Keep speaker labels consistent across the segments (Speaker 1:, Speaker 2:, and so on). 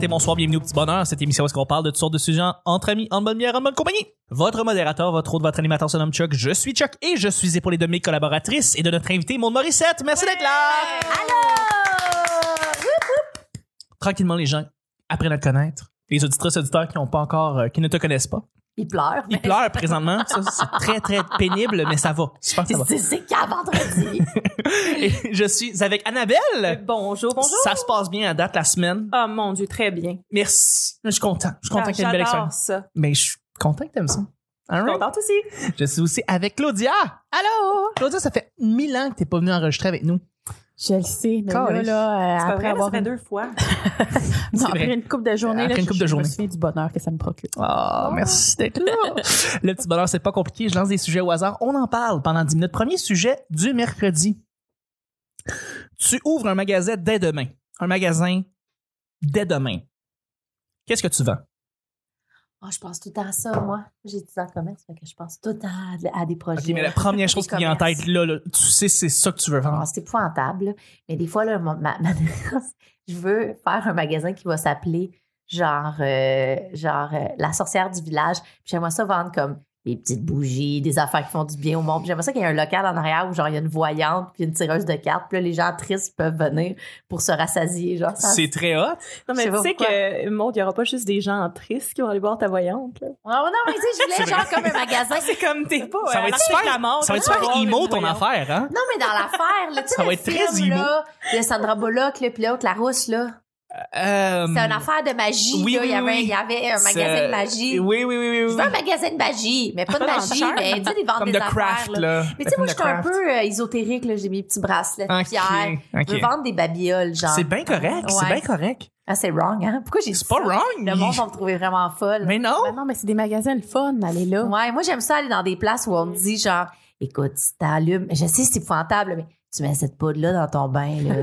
Speaker 1: et bonsoir, bienvenue au Petit Bonheur, cette émission où est-ce qu'on parle de toutes sortes de sujets entre amis, en bonne bière, en bonne compagnie. Votre modérateur, votre autre, votre animateur se nomme Chuck, je suis Chuck et je suis épaulé de mes collaboratrices et de notre invité, Maud Morissette. Merci d'être là! Tranquillement, les gens apprennent à te connaître. Les auditrices auditeurs qui n'ont pas encore, euh, qui ne te connaissent pas.
Speaker 2: Il pleure.
Speaker 1: Ils
Speaker 2: mais-
Speaker 1: pleurent présentement. Ça, c'est très, très pénible, mais ça va. Je pense que ça va.
Speaker 2: C'est- C'est qu'à vendredi.
Speaker 1: Et je suis avec Annabelle.
Speaker 3: Euh, Bonjour, bonjour.
Speaker 1: Ça se passe bien à date la semaine.
Speaker 3: Ah mon Dieu, très bien.
Speaker 1: Merci. Je suis content. Je suis content
Speaker 3: Ah,
Speaker 1: que t'aies une belle
Speaker 3: J'adore
Speaker 1: expérience.
Speaker 3: ça.
Speaker 1: Mais je suis content que t'aimes ça. All
Speaker 3: Je suis
Speaker 1: right.
Speaker 3: contente aussi.
Speaker 1: Je suis aussi avec Claudia.
Speaker 4: Allô?
Speaker 1: Claudia, ça fait mille ans que t'es pas venue enregistrer avec nous.
Speaker 4: Je le sais, mais
Speaker 1: Calais.
Speaker 4: là, là, euh,
Speaker 3: C'est pas
Speaker 4: après
Speaker 3: vrai, ça
Speaker 4: avoir
Speaker 3: fait
Speaker 4: une,
Speaker 3: deux fois.
Speaker 4: non,
Speaker 1: C'est vrai.
Speaker 4: après une coupe de journée,
Speaker 1: Après
Speaker 4: là,
Speaker 1: une couple
Speaker 4: je,
Speaker 1: de
Speaker 4: je me
Speaker 1: journées.
Speaker 4: souviens du bonheur que ça me procure.
Speaker 1: Ah, merci d'être là. Le petit bonheur, c'est pas compliqué. Je lance des sujets au hasard. On en parle pendant 10 minutes. Premier sujet du mercredi. Tu ouvres un magasin dès demain. Un magasin dès demain. Qu'est-ce que tu vends?
Speaker 2: Oh, je pense tout le temps à ça, moi. J'ai 10 ans de commerce, fait que je pense tout le temps à, à des projets.
Speaker 1: OK, mais la première chose qui
Speaker 2: Des
Speaker 1: vient en
Speaker 2: commerces.
Speaker 1: tête, là, là, tu sais, c'est ça que tu veux
Speaker 2: Ah,
Speaker 1: vendre.
Speaker 2: c'est épouvantable, là. mais des fois, là, mon- ma, ma- je veux faire un magasin qui va s'appeler genre, euh, genre euh, La sorcière du village. Puis j'aimerais ça vendre comme des petites bougies, des affaires qui font du bien au monde. Puis J'aimerais ça qu'il y ait un local en arrière où genre il y a une voyante puis une tireuse de cartes. Puis là, les gens tristes peuvent venir pour se rassasier. Genre, Ah, ça-
Speaker 1: C'est très hot.
Speaker 2: Je
Speaker 3: Non, mais
Speaker 2: sais
Speaker 3: tu sais
Speaker 2: pas
Speaker 3: que, Maud, il n'y aura pas juste des gens tristes qui vont aller voir ta voyante. là.
Speaker 2: Oh, non, mais tu sais, je voulais genre comme un magasin.
Speaker 3: C'est comme t'es pas.
Speaker 1: Ça va être super-
Speaker 3: la mort.
Speaker 1: Ça va être
Speaker 3: comme
Speaker 1: super
Speaker 3: tu vas
Speaker 1: emo
Speaker 3: voir
Speaker 1: ton
Speaker 3: une
Speaker 1: affaire, hein?
Speaker 2: Non, mais dans l'affaire, là, tu sais,
Speaker 1: Ça
Speaker 2: le
Speaker 1: va être
Speaker 2: film,
Speaker 1: très emo.
Speaker 2: là, de Sandra Bullock, là, puis l'autre, la rousse, là.
Speaker 1: Euh,
Speaker 2: C'est une affaire de magie,
Speaker 1: oui,
Speaker 2: là. il,
Speaker 1: oui,
Speaker 2: y avait,
Speaker 1: oui.
Speaker 2: il y avait un
Speaker 1: c'est- euh,
Speaker 2: magasin de magie.
Speaker 1: Oui, oui, oui, oui.
Speaker 2: Je
Speaker 1: oui.
Speaker 2: veux un magasin de magie, mais pas de
Speaker 3: Pas dans
Speaker 2: magie,
Speaker 3: le
Speaker 2: mais tu sais, des ventes
Speaker 1: Comme
Speaker 2: des
Speaker 1: de
Speaker 2: affaires,
Speaker 1: craft,
Speaker 2: là.
Speaker 1: là.
Speaker 2: Mais tu sais, moi, je
Speaker 1: Comme
Speaker 2: suis
Speaker 1: The
Speaker 2: un
Speaker 1: Craft.
Speaker 2: peu euh, ésotérique, là. J'ai mes petits bracelets de
Speaker 1: Ah, Ok,
Speaker 2: pierre.
Speaker 1: ok.
Speaker 2: Je veux vendre des babioles, genre.
Speaker 1: C'est bien correct, c'est
Speaker 2: Ouais.
Speaker 1: bien correct.
Speaker 2: Ah, c'est wrong, hein? Pourquoi j'ai dit
Speaker 1: C'est pas
Speaker 2: ça?
Speaker 1: wrong.
Speaker 2: Le monde va me trouver vraiment folle.
Speaker 1: Mais non.
Speaker 4: Mais non, mais c'est des magasins le fun, allez là.
Speaker 2: Ouais, moi, j'aime ça aller dans des places où on me dit, genre, écoute, si t'allumes, je sais, c'est épouvantable, mais tu mets cette poudre-là dans ton bain, là.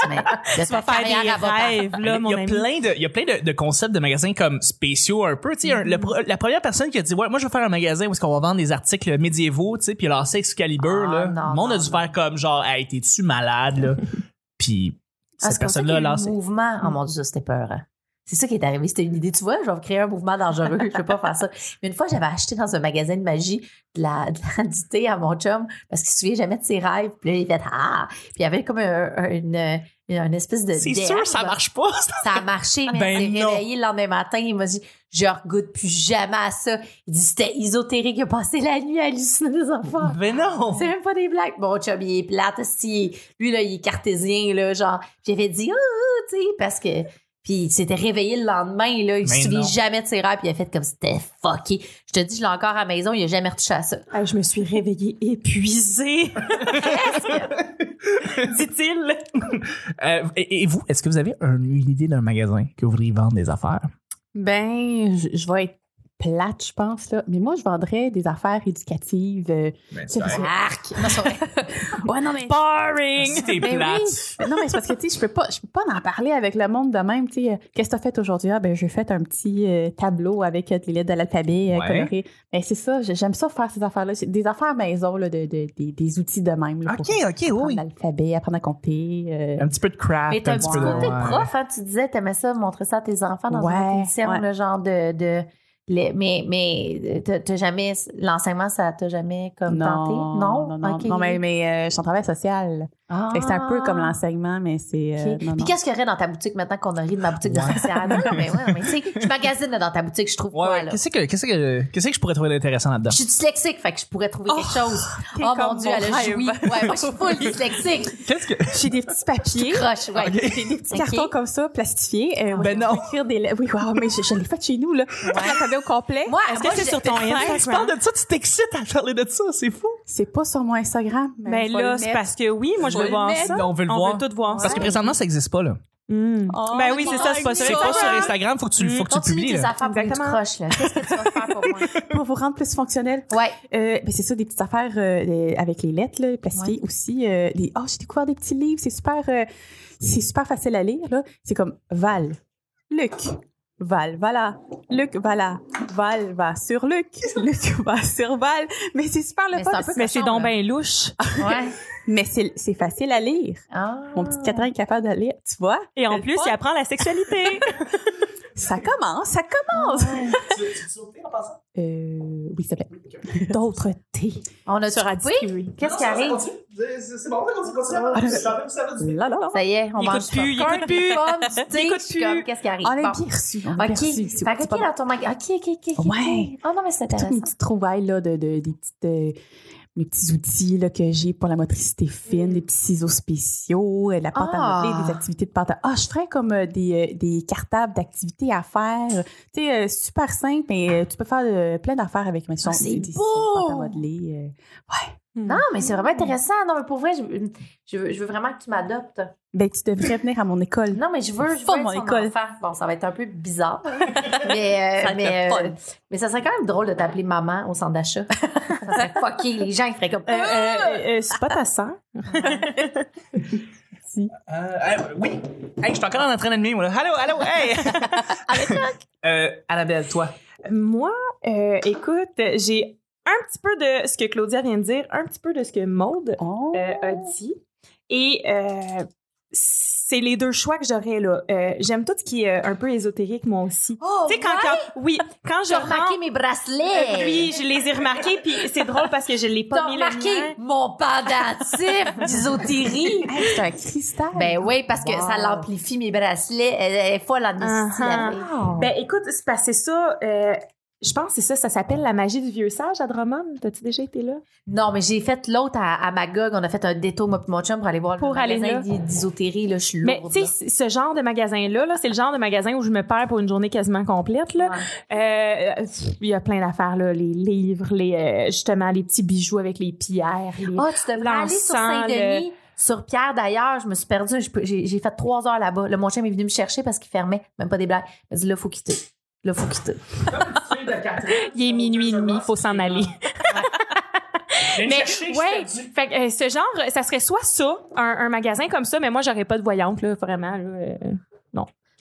Speaker 2: tu mets,
Speaker 3: Tu vas faire des rêves, là, mon
Speaker 1: il, y a
Speaker 3: ami.
Speaker 1: plein de, il y a plein de, de concepts de magasins comme spéciaux un peu. Tu sais, un-
Speaker 2: Mm-hmm.
Speaker 1: le pro- la première personne qui a dit ouais, moi je veux faire un magasin où est-ce qu'on va vendre des articles médiévaux, tu sais, puis lancer Excalibur
Speaker 2: Ah,
Speaker 1: là.
Speaker 2: non,
Speaker 1: le monde a
Speaker 2: non,
Speaker 1: dû
Speaker 2: non.
Speaker 1: faire comme genre hey t'es-tu malade là. puis
Speaker 2: Ah,
Speaker 1: cette
Speaker 2: c'est pour ça qu'il y
Speaker 1: personne-là
Speaker 2: a
Speaker 1: Mm.
Speaker 2: eu
Speaker 1: lance.
Speaker 2: le mouvement. Oh mon Dieu, ça, c'était peur. hein. C'est ça qui est arrivé. C'était une idée. Tu vois, je vais créer un mouvement dangereux. Je ne pas faire ça. Mais une fois, j'avais acheté dans un magasin de magie de la, de la- du thé à mon chum parce qu'il se souvient jamais de ses rêves. Puis là, il fait Ah! Puis il y avait comme un- un- une, une espèce de.
Speaker 1: C'est
Speaker 2: d'herbe.
Speaker 1: sûr ça marche pas.
Speaker 2: Ça a marché, mais
Speaker 1: Ben
Speaker 2: il s'est
Speaker 1: non.
Speaker 2: réveillé le lendemain matin. Il m'a dit Je regoute plus jamais à ça. Il dit C'était ésotérique. Il a passé la nuit à halluciner des enfants.
Speaker 1: Mais non.
Speaker 2: Ah. C'est même pas des blagues. Bon, chum, il est plate. Si, lui, là, il est cartésien, là, genre. J'avais dit, ah, ah, tu sais, parce que. Puis il s'était réveillé le lendemain, là. Il
Speaker 1: Mais
Speaker 2: se souvient
Speaker 1: non.
Speaker 2: jamais de ses rêves, puis il a fait comme c'était fucké. Je te dis, je l'ai encore à la maison, il a jamais retouché à ça.
Speaker 3: Ah, je me suis réveillée épuisée. Dit-il.
Speaker 1: Euh, et, et vous, est-ce que vous avez un- une idée d'un magasin que vous voudriez vendre des affaires
Speaker 4: Ben, je, je vais être plate, je pense, là. Mais moi, je vendrais des affaires éducatives. euh,
Speaker 1: Ben,
Speaker 4: c'est vrai.
Speaker 2: Arc! Non, c'est vrai.
Speaker 4: Ouais, non, mais.
Speaker 1: Boring. T'es
Speaker 4: Ben oui.
Speaker 1: plate.
Speaker 4: Non, mais c'est parce que, tu sais, je peux pas, je peux pas en parler avec le monde de même, tu sais. euh, Qu'est-ce que t'as fait aujourd'hui? Ah, ben, j'ai fait un petit euh, tableau avec euh, les lettres de l'alphabet euh,
Speaker 1: Ouais.
Speaker 4: colorées. Ben, c'est ça, j'ai- j'aime ça faire ces affaires-là. C'est Des affaires maison, là, de, de- des, des outils de même, là.
Speaker 1: Ok,
Speaker 4: pour
Speaker 1: ok,
Speaker 4: apprendre
Speaker 1: oui.
Speaker 4: l'alphabet, apprendre à compter. euh,
Speaker 1: Un petit peu de craft,
Speaker 2: Mais t'as
Speaker 1: un
Speaker 2: un
Speaker 1: petit
Speaker 2: petit
Speaker 1: peu de.
Speaker 2: côté
Speaker 1: ouais.
Speaker 2: prof, hein, tu disais, t'aimais ça, montrer ça à tes enfants dans
Speaker 4: Ouais,
Speaker 2: une édition,
Speaker 4: ouais.
Speaker 2: le genre de. de les- mais mais t'as- t'as jamais. L'enseignement, ça t'a jamais comme tenté? Non?
Speaker 4: non, non,
Speaker 2: Ok.
Speaker 4: non, mais, mais euh, je suis en travail social.
Speaker 2: Ah.
Speaker 4: Fait que C'est un peu comme l'enseignement, mais c'est. euh,
Speaker 2: Ok.
Speaker 4: non,
Speaker 2: Puis
Speaker 4: non.
Speaker 2: qu'est-ce qu'il y aurait dans ta boutique maintenant qu'on a ri de ma boutique de
Speaker 1: Ouais.
Speaker 2: sorcière? Non, non, mais ouais, mais tu sais, je magasine là, dans ta boutique, je trouve
Speaker 1: Ouais,
Speaker 2: quoi,
Speaker 1: ouais.
Speaker 2: là.
Speaker 1: Qu'est-ce que, qu'est-ce que, qu'est-ce que je pourrais trouver d'intéressant là-dedans?
Speaker 2: Je suis dyslexique, fait que je pourrais trouver quelque chose.
Speaker 4: t'es
Speaker 2: Oh mon
Speaker 4: comme
Speaker 2: dieu,
Speaker 4: mon
Speaker 2: elle a
Speaker 4: rêve.
Speaker 2: joui. Ouais, moi je suis full dyslexique.
Speaker 1: Qu'est-ce que.
Speaker 4: J'ai des petits papiers.
Speaker 2: Croche, ouais.
Speaker 1: Ok.
Speaker 4: Des petits
Speaker 2: Ok.
Speaker 4: cartons comme ça, plastifiés. Euh,
Speaker 1: Ben
Speaker 4: ouais,
Speaker 1: non.
Speaker 4: on peut écrire des lettres. Oui, wow, mais je, je l'ai fait chez nous, là. L'alphabet au complet.
Speaker 2: Moi,
Speaker 3: Est-ce
Speaker 2: moi,
Speaker 3: que c'est
Speaker 2: je-
Speaker 3: sur ton
Speaker 1: Hey, tu parles
Speaker 3: Instagram?
Speaker 1: de ça, tu t'excites à parler de ça, c'est fou.
Speaker 4: C'est pas sur mon Instagram.
Speaker 3: Mais
Speaker 4: je vais
Speaker 3: Ben là,
Speaker 4: le
Speaker 3: c'est
Speaker 4: mettre.
Speaker 3: parce que oui, moi, je
Speaker 4: Je vais
Speaker 3: veux
Speaker 4: le
Speaker 3: voir
Speaker 4: mettre.
Speaker 3: ça.
Speaker 1: on veut le
Speaker 3: On
Speaker 1: voir.
Speaker 3: veut tout voir
Speaker 1: Parce
Speaker 3: ça.
Speaker 1: que présentement, ça n'existe pas, là.
Speaker 3: Hmm.
Speaker 4: Oh
Speaker 3: ben oui,
Speaker 2: my
Speaker 3: c'est ça, c'est pas
Speaker 4: God.
Speaker 3: sur
Speaker 1: C'est pas sur
Speaker 3: Instagram.
Speaker 1: Instagram, faut que tu, faut que tu le
Speaker 2: Continue
Speaker 1: publies.
Speaker 2: tes
Speaker 1: là.
Speaker 2: affaires pour une
Speaker 3: Exactement.
Speaker 2: croche, là. Qu'est-ce que tu vas faire pour moi?
Speaker 4: Pour vous rendre plus fonctionnel,
Speaker 2: Ouais.
Speaker 4: euh, ben c'est ça, des petites affaires euh, euh, avec les lettres, là, plastifiées aussi. euh, des... Oh, j'ai découvert des petits livres, c'est super, euh, c'est super facile à lire. là. C'est comme Val, Luc, Val, voilà, Luc, voilà, Val va sur Luc, Luc va sur Val. Mais c'est super le
Speaker 2: Mais
Speaker 4: fun.
Speaker 2: c'est un peu
Speaker 3: Mais c'est
Speaker 2: cochon,
Speaker 3: donc
Speaker 2: là.
Speaker 3: ben louche.
Speaker 2: Ouais.
Speaker 4: mais c'est c'est facile à lire.
Speaker 2: Ah.
Speaker 4: Mon petit Catherine est capable de lire, tu vois?
Speaker 3: Et en plus, il apprend la sexualité.
Speaker 4: Ça commence, ça commence!
Speaker 2: Ah.
Speaker 1: Tu veux sauter en passant?
Speaker 4: Euh, oui, s'il te plaît. D'autres thés.
Speaker 2: On a
Speaker 3: Sur
Speaker 2: coupé?
Speaker 3: Addict.
Speaker 2: Qu'est-ce qui arrive?
Speaker 1: C'est bon, on
Speaker 4: Ah, non, Je suis Là, là, là.
Speaker 2: Ça y est, on
Speaker 3: Il
Speaker 2: mange
Speaker 3: écoute plus, il écoute plus.
Speaker 2: plus. du thé,
Speaker 3: Il écoute
Speaker 2: je suis comme,
Speaker 3: plus.
Speaker 2: qu'est-ce qui arrive?
Speaker 4: On
Speaker 2: Bon.
Speaker 4: l'a bien reçu. On l'a
Speaker 2: OK.
Speaker 4: bien reçu. C'est-
Speaker 2: Fait que,
Speaker 4: c'est
Speaker 2: OK,
Speaker 4: pas bon.
Speaker 2: dans ton magasin. OK, OK, OK, OK.
Speaker 4: Ouais.
Speaker 2: Ah non, mais c'est
Speaker 4: toutes mes
Speaker 2: intéressant.
Speaker 4: petites trouvailles, là, de, de- des petites, euh, mes petits outils là, que j'ai pour la motricité fine, les petits ciseaux spéciaux, euh, de la pâte
Speaker 2: Ah.
Speaker 4: à modeler, des activités de pâte à... Ah, je ferais comme euh, des, euh, des cartables d'activités à faire. Tu sais, euh, super simple, mais euh, tu peux faire euh, plein d'affaires avec mes
Speaker 2: Ah, c'est
Speaker 4: des, des ciseaux de pâte à modeler. euh.
Speaker 3: Hmm.
Speaker 2: Non,
Speaker 3: Mm-hmm.
Speaker 2: mais c'est vraiment intéressant. Non, mais pour vrai, je, veux- je veux, je veux vraiment que tu m'adoptes.
Speaker 4: Ben, tu devrais venir à mon école.
Speaker 2: Non, mais je veux, je
Speaker 4: Faut
Speaker 2: veux être
Speaker 4: mon
Speaker 2: son
Speaker 4: école.
Speaker 2: enfant. Bon, ça va être un peu bizarre. mais, euh,
Speaker 3: Ça va être
Speaker 2: mais,
Speaker 3: le
Speaker 2: euh, mais ça serait quand même drôle de t'appeler maman au centre d'achat. ça serait fucké. Les gens, ils feraient comme...
Speaker 4: Euh, euh, euh, euh, c'est pas ta sœur. Merci.
Speaker 3: Euh,
Speaker 1: oui. Euh, Hey, je suis encore en train d'animer, moi. Là. Allô, allô, hey! euh, Annabelle, toi.
Speaker 3: Moi, euh, écoute, j'ai un petit peu de ce que Claudia vient de dire, un petit peu de ce que Maude
Speaker 4: Oh.
Speaker 3: euh, a dit. Et euh, c'est les deux choix que j'aurais là. Euh, J'aime tout ce qui est euh, un peu ésotérique, moi aussi.
Speaker 2: Oh,
Speaker 3: Tu sais, quand, quand- oui, quand je
Speaker 2: j'ai remarqué
Speaker 3: rentre, Euh,
Speaker 2: mes bracelets.
Speaker 3: oui, je les ai remarqués, puis c'est drôle parce que je l'ai
Speaker 2: T'as
Speaker 3: pas mis le mien.
Speaker 2: remarqué mon pendentif d'isotérie.
Speaker 4: Hey, c'est un cristal.
Speaker 2: Ben oui, parce que
Speaker 4: Wow.
Speaker 2: ça l'amplifie mes bracelets. Elle, elle est folle en esti, la
Speaker 3: Uh-huh.
Speaker 2: fille.
Speaker 4: Wow.
Speaker 3: Ben écoute, c'est parce que ça, euh, je pense que c'est ça, ça s'appelle la magie du vieux sage à Drummond. T'as-tu déjà été là?
Speaker 2: Non, mais j'ai fait l'autre à, à Magog. On a fait un détour, moi pis mon chum, pour aller voir
Speaker 3: Pour
Speaker 2: le
Speaker 3: aller
Speaker 2: magasin
Speaker 3: là.
Speaker 2: d'i- d'isotérie. Là, je suis
Speaker 3: Mais
Speaker 2: lourde.
Speaker 3: tu sais, c- ce genre de magasin-là, là, c'est le genre de magasin où je me perds pour une journée quasiment complète. Là. Euh, euh, pff, il y a plein d'affaires, là, les livres, les, euh, justement, les petits bijoux avec les pierres. les-
Speaker 2: Oh, tu devrais aller sur
Speaker 3: l'encens,
Speaker 2: Saint-Denis. Sur Pierre, d'ailleurs, je me suis perdue. Je peux- J'ai j'ai fait trois heures là-bas. Là, mon chum est venu me chercher parce qu'il fermait. Même pas des blagues. Il m'a dit, là, faut quitter. Là, faut quitter.
Speaker 3: Il est minuit et demi, faut s'en aller. Mais ouais, fait que, euh, ce genre, ça serait soit ça, un, un magasin comme ça, mais moi j'aurais pas de voyante là, vraiment. là, euh.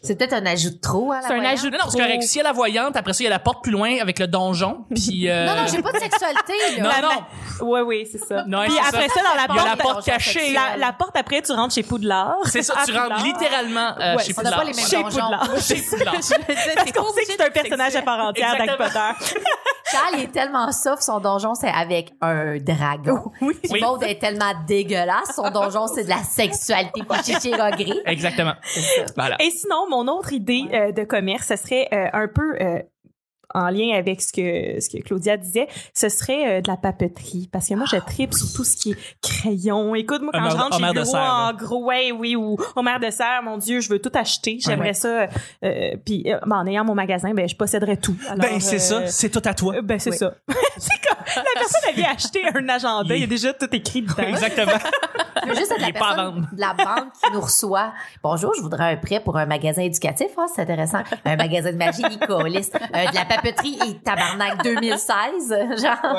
Speaker 2: C'est peut-être un ajout de trop. hein, la
Speaker 3: C'est un
Speaker 2: voyante.
Speaker 3: ajout de
Speaker 1: Non, non, c'est
Speaker 3: trop.
Speaker 1: correct. Si elle la voyante, après ça, il y a la porte plus loin avec le donjon. Puis, euh,
Speaker 2: Non, non, j'ai pas de sexualité.
Speaker 1: non,
Speaker 2: Là.
Speaker 1: non.
Speaker 3: Ouais, oui, c'est ça.
Speaker 1: Non,
Speaker 3: Puis
Speaker 1: c'est
Speaker 3: après ça, dans la
Speaker 1: Il y a la
Speaker 3: porte,
Speaker 1: porte cachée. hein.
Speaker 3: la, la porte après, tu rentres chez Poudlard.
Speaker 1: C'est ça, tu
Speaker 3: À
Speaker 1: rentres
Speaker 3: Poudlard.
Speaker 1: littéralement euh,
Speaker 3: Ouais,
Speaker 1: chez
Speaker 2: on n'a
Speaker 1: Poudlard.
Speaker 2: pas les mêmes
Speaker 3: Chez
Speaker 2: donjons.
Speaker 3: Poudlard.
Speaker 1: Chez Poudlard.
Speaker 3: Parce qu'on sait que c'est un personnage à part entière d'Harry Potter.
Speaker 2: Charles il est tellement soft, son donjon c'est avec un dragon.
Speaker 4: Oui.
Speaker 1: Oui.
Speaker 2: Maud est tellement dégueulasse, son donjon c'est de la sexualité chichira gris.
Speaker 1: Exactement. Voilà.
Speaker 3: Et sinon, mon autre idée euh, de commerce, ce serait euh, un peu euh, en lien avec ce que, ce que Claudia disait, ce serait euh, de la papeterie. Parce que moi, je tripe sur tout ce qui est crayon. Écoute, moi, quand
Speaker 1: Homère-
Speaker 3: je rentre
Speaker 1: Homère
Speaker 3: chez
Speaker 1: de
Speaker 3: Bureau
Speaker 1: serre, là.
Speaker 3: en gros, ouais, oui, ou Homère de serre, mon Dieu, je veux tout acheter. J'aimerais
Speaker 1: Ouais.
Speaker 3: ça. euh, Puis, euh, ben, en ayant mon magasin, ben, je posséderais tout. Alors,
Speaker 1: Ben, c'est
Speaker 3: euh,
Speaker 1: ça. C'est tout à toi.
Speaker 3: euh, Ben, c'est
Speaker 4: Oui.
Speaker 3: ça. c'est comme la personne, elle vient acheter un agenda, il y a déjà tout écrit dedans.
Speaker 1: Exactement.
Speaker 2: Je veux juste être
Speaker 1: Il
Speaker 2: la
Speaker 1: est pas à
Speaker 2: personne
Speaker 1: vendre.
Speaker 2: de la banque qui nous reçoit. Bonjour, je voudrais un prêt pour un magasin éducatif, Ah, c'est intéressant. Un magasin de magie, Nicolis. Euh, de la papeterie et tabarnak 2016, genre.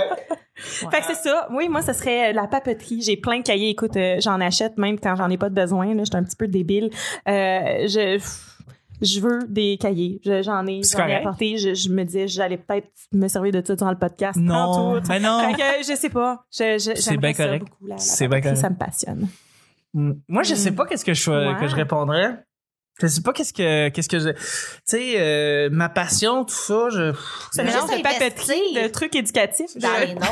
Speaker 3: Fait que c'est ça. Oui, moi, ça serait euh, la papeterie. J'ai plein de cahiers. Écoute, euh, j'en achète même quand j'en ai pas de besoin. Là, je suis un petit peu débile. Euh, je, je veux des cahiers. Je- J'en ai,
Speaker 1: C'est
Speaker 3: j'en ai
Speaker 1: correct.
Speaker 3: apporté. Je, je me disais, j'allais peut-être me servir de ça durant le podcast.
Speaker 1: Non.
Speaker 3: en tout.
Speaker 1: Mais non.
Speaker 3: Fait que, je sais pas. Je, je,
Speaker 1: C'est bien
Speaker 3: j'aimerais ça
Speaker 1: correct.
Speaker 3: beaucoup, la- la
Speaker 1: C'est bien correct.
Speaker 3: papeterie, Ça me passionne.
Speaker 1: Mm. Moi, je sais
Speaker 3: Mm.
Speaker 1: pas qu'est-ce que je
Speaker 3: Ouais.
Speaker 1: que je répondrais. Je sais pas qu'est-ce que qu'est-ce que je tu sais euh, ma passion tout ça je
Speaker 3: Ce
Speaker 2: Mais
Speaker 3: mélange
Speaker 2: juste
Speaker 3: de papeterie,
Speaker 2: investir.
Speaker 3: de trucs éducatifs.
Speaker 2: Dans les nôtres.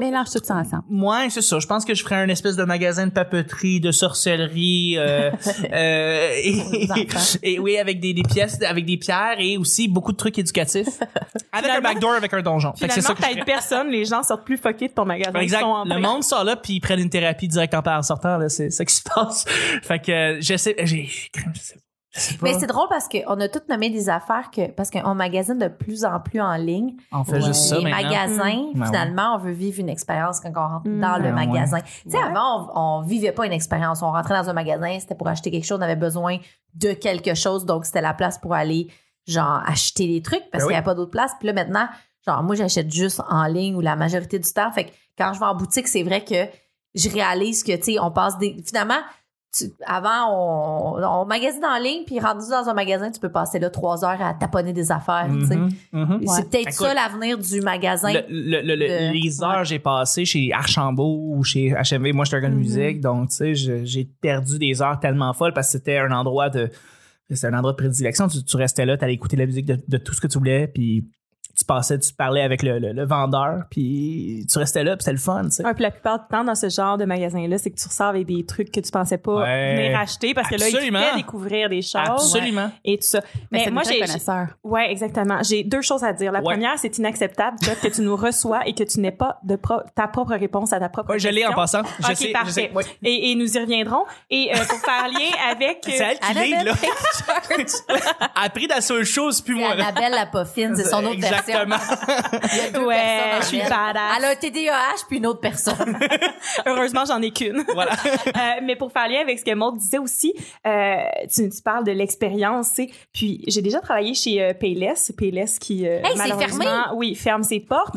Speaker 4: Mélange tout ça ensemble.
Speaker 1: moi c'est ça je pense que je ferais un espèce de magasin de papeterie de sorcellerie euh, euh, et,
Speaker 2: Pour les enfants.
Speaker 1: et oui avec des, des pièces avec des pierres et aussi beaucoup de trucs éducatifs avec un
Speaker 3: Finalement-
Speaker 1: backdoor avec un donjon Fait que c'est
Speaker 3: Finalement,
Speaker 1: ça que je
Speaker 3: t'aides personne. Les gens sortent plus fuckés de ton magasin.
Speaker 1: ferais.
Speaker 3: Ils
Speaker 1: exact
Speaker 3: sont en
Speaker 1: le
Speaker 3: paix.
Speaker 1: monde sort là puis ils prennent une thérapie directement en sortant là c'est ça qui se passe fait que euh, je sais j'ai je sais pas. Je sais pas.
Speaker 2: Mais c'est drôle parce qu'on a toutes nommé des affaires que, parce qu'on magasine de plus en plus en ligne.
Speaker 1: on fait
Speaker 2: Ouais.
Speaker 1: juste ça
Speaker 2: les
Speaker 1: maintenant
Speaker 2: magasins,
Speaker 1: Ben ouais.
Speaker 2: finalement, on veut vivre une expérience quand on rentre
Speaker 3: Mm.
Speaker 2: dans le
Speaker 1: Ben ouais.
Speaker 2: magasin. Tu sais, avant, on, on vivait pas une expérience. On rentrait dans un magasin, c'était pour acheter quelque chose, on avait besoin de quelque chose, donc c'était la place pour aller, genre, acheter des trucs parce
Speaker 1: Ben
Speaker 2: qu'il n'y avait pas d'autre place. Puis là, maintenant, genre, moi, j'achète juste en ligne ou la majorité du temps. Fait que quand je vais en boutique, c'est vrai que je réalise que, tu sais, on passe des. Finalement, tu- avant, on, on magasine en ligne, puis rendu dans un magasin, tu peux passer là trois heures à taponner des affaires. tu sais.
Speaker 1: Mhm, mhm.
Speaker 2: C'est peut-être
Speaker 1: Écoute,
Speaker 2: ça l'avenir du magasin.
Speaker 1: Le- le- le- le-
Speaker 2: de-
Speaker 1: les heures j'ai passées chez Archambault ou chez HMV, moi je suis
Speaker 2: Mm-hmm.
Speaker 1: un gars de
Speaker 3: Mhm.
Speaker 1: musique, donc tu sais, je- j'ai perdu des heures tellement folles parce que c'était un endroit de c'était un endroit de prédilection. Tu, tu restais là, tu allais écouter la musique de, de tout ce que tu voulais, puis tu passais, tu parlais avec le, le- le vendeur, puis tu restais là, puis c'était le fun, tu sais.
Speaker 3: Ouais, puis la plupart du temps, dans ce genre de magasin-là, c'est que tu ressors avec des trucs que tu pensais pas
Speaker 1: Ouais.
Speaker 3: venir acheter parce que
Speaker 1: Absolument.
Speaker 3: là, ils te fait découvrir des
Speaker 2: Ah,
Speaker 3: choses
Speaker 1: Absolument.
Speaker 3: et tout ça.
Speaker 4: Ben,
Speaker 3: Mais, moi, j'ai.
Speaker 4: connaisseur.
Speaker 3: Ouais, exactement. J'ai deux choses à dire. La
Speaker 1: Ouais.
Speaker 3: première, c'est inacceptable Jeff, que tu nous reçois et que tu n'aies pas de pro- ta propre réponse à ta propre
Speaker 1: Ouais, je l'ai en passant.
Speaker 3: question.
Speaker 1: Je
Speaker 3: Ok,
Speaker 1: sais, je
Speaker 3: parfait.
Speaker 1: sais. Ouais.
Speaker 3: Et, et nous y reviendrons. Et euh, pour faire lien avec... euh,
Speaker 1: C'est elle qui lead, là.
Speaker 2: Annabelle Pictures.
Speaker 1: Elle a pris de la seule chose, puis
Speaker 2: Puis
Speaker 1: moi, là.
Speaker 2: Annabelle la Poffine, c'est son autre
Speaker 1: Exactement.
Speaker 2: version. Il y a deux
Speaker 3: euh,
Speaker 2: personnes en
Speaker 3: Ouais,
Speaker 2: Ah,
Speaker 3: je suis
Speaker 2: elle.
Speaker 3: badass.
Speaker 2: Elle a un TDAH puis une autre personne.
Speaker 3: Heureusement, j'en ai qu'une.
Speaker 1: voilà.
Speaker 3: Euh, mais pour faire lien avec ce que Maud disait aussi, euh, tu, tu parles de l'expérience, tu sais. Puis j'ai déjà travaillé chez euh, Payless, Payless qui euh,
Speaker 2: c'est
Speaker 3: malheureusement,
Speaker 2: fermé!
Speaker 3: oui, ferme ses portes.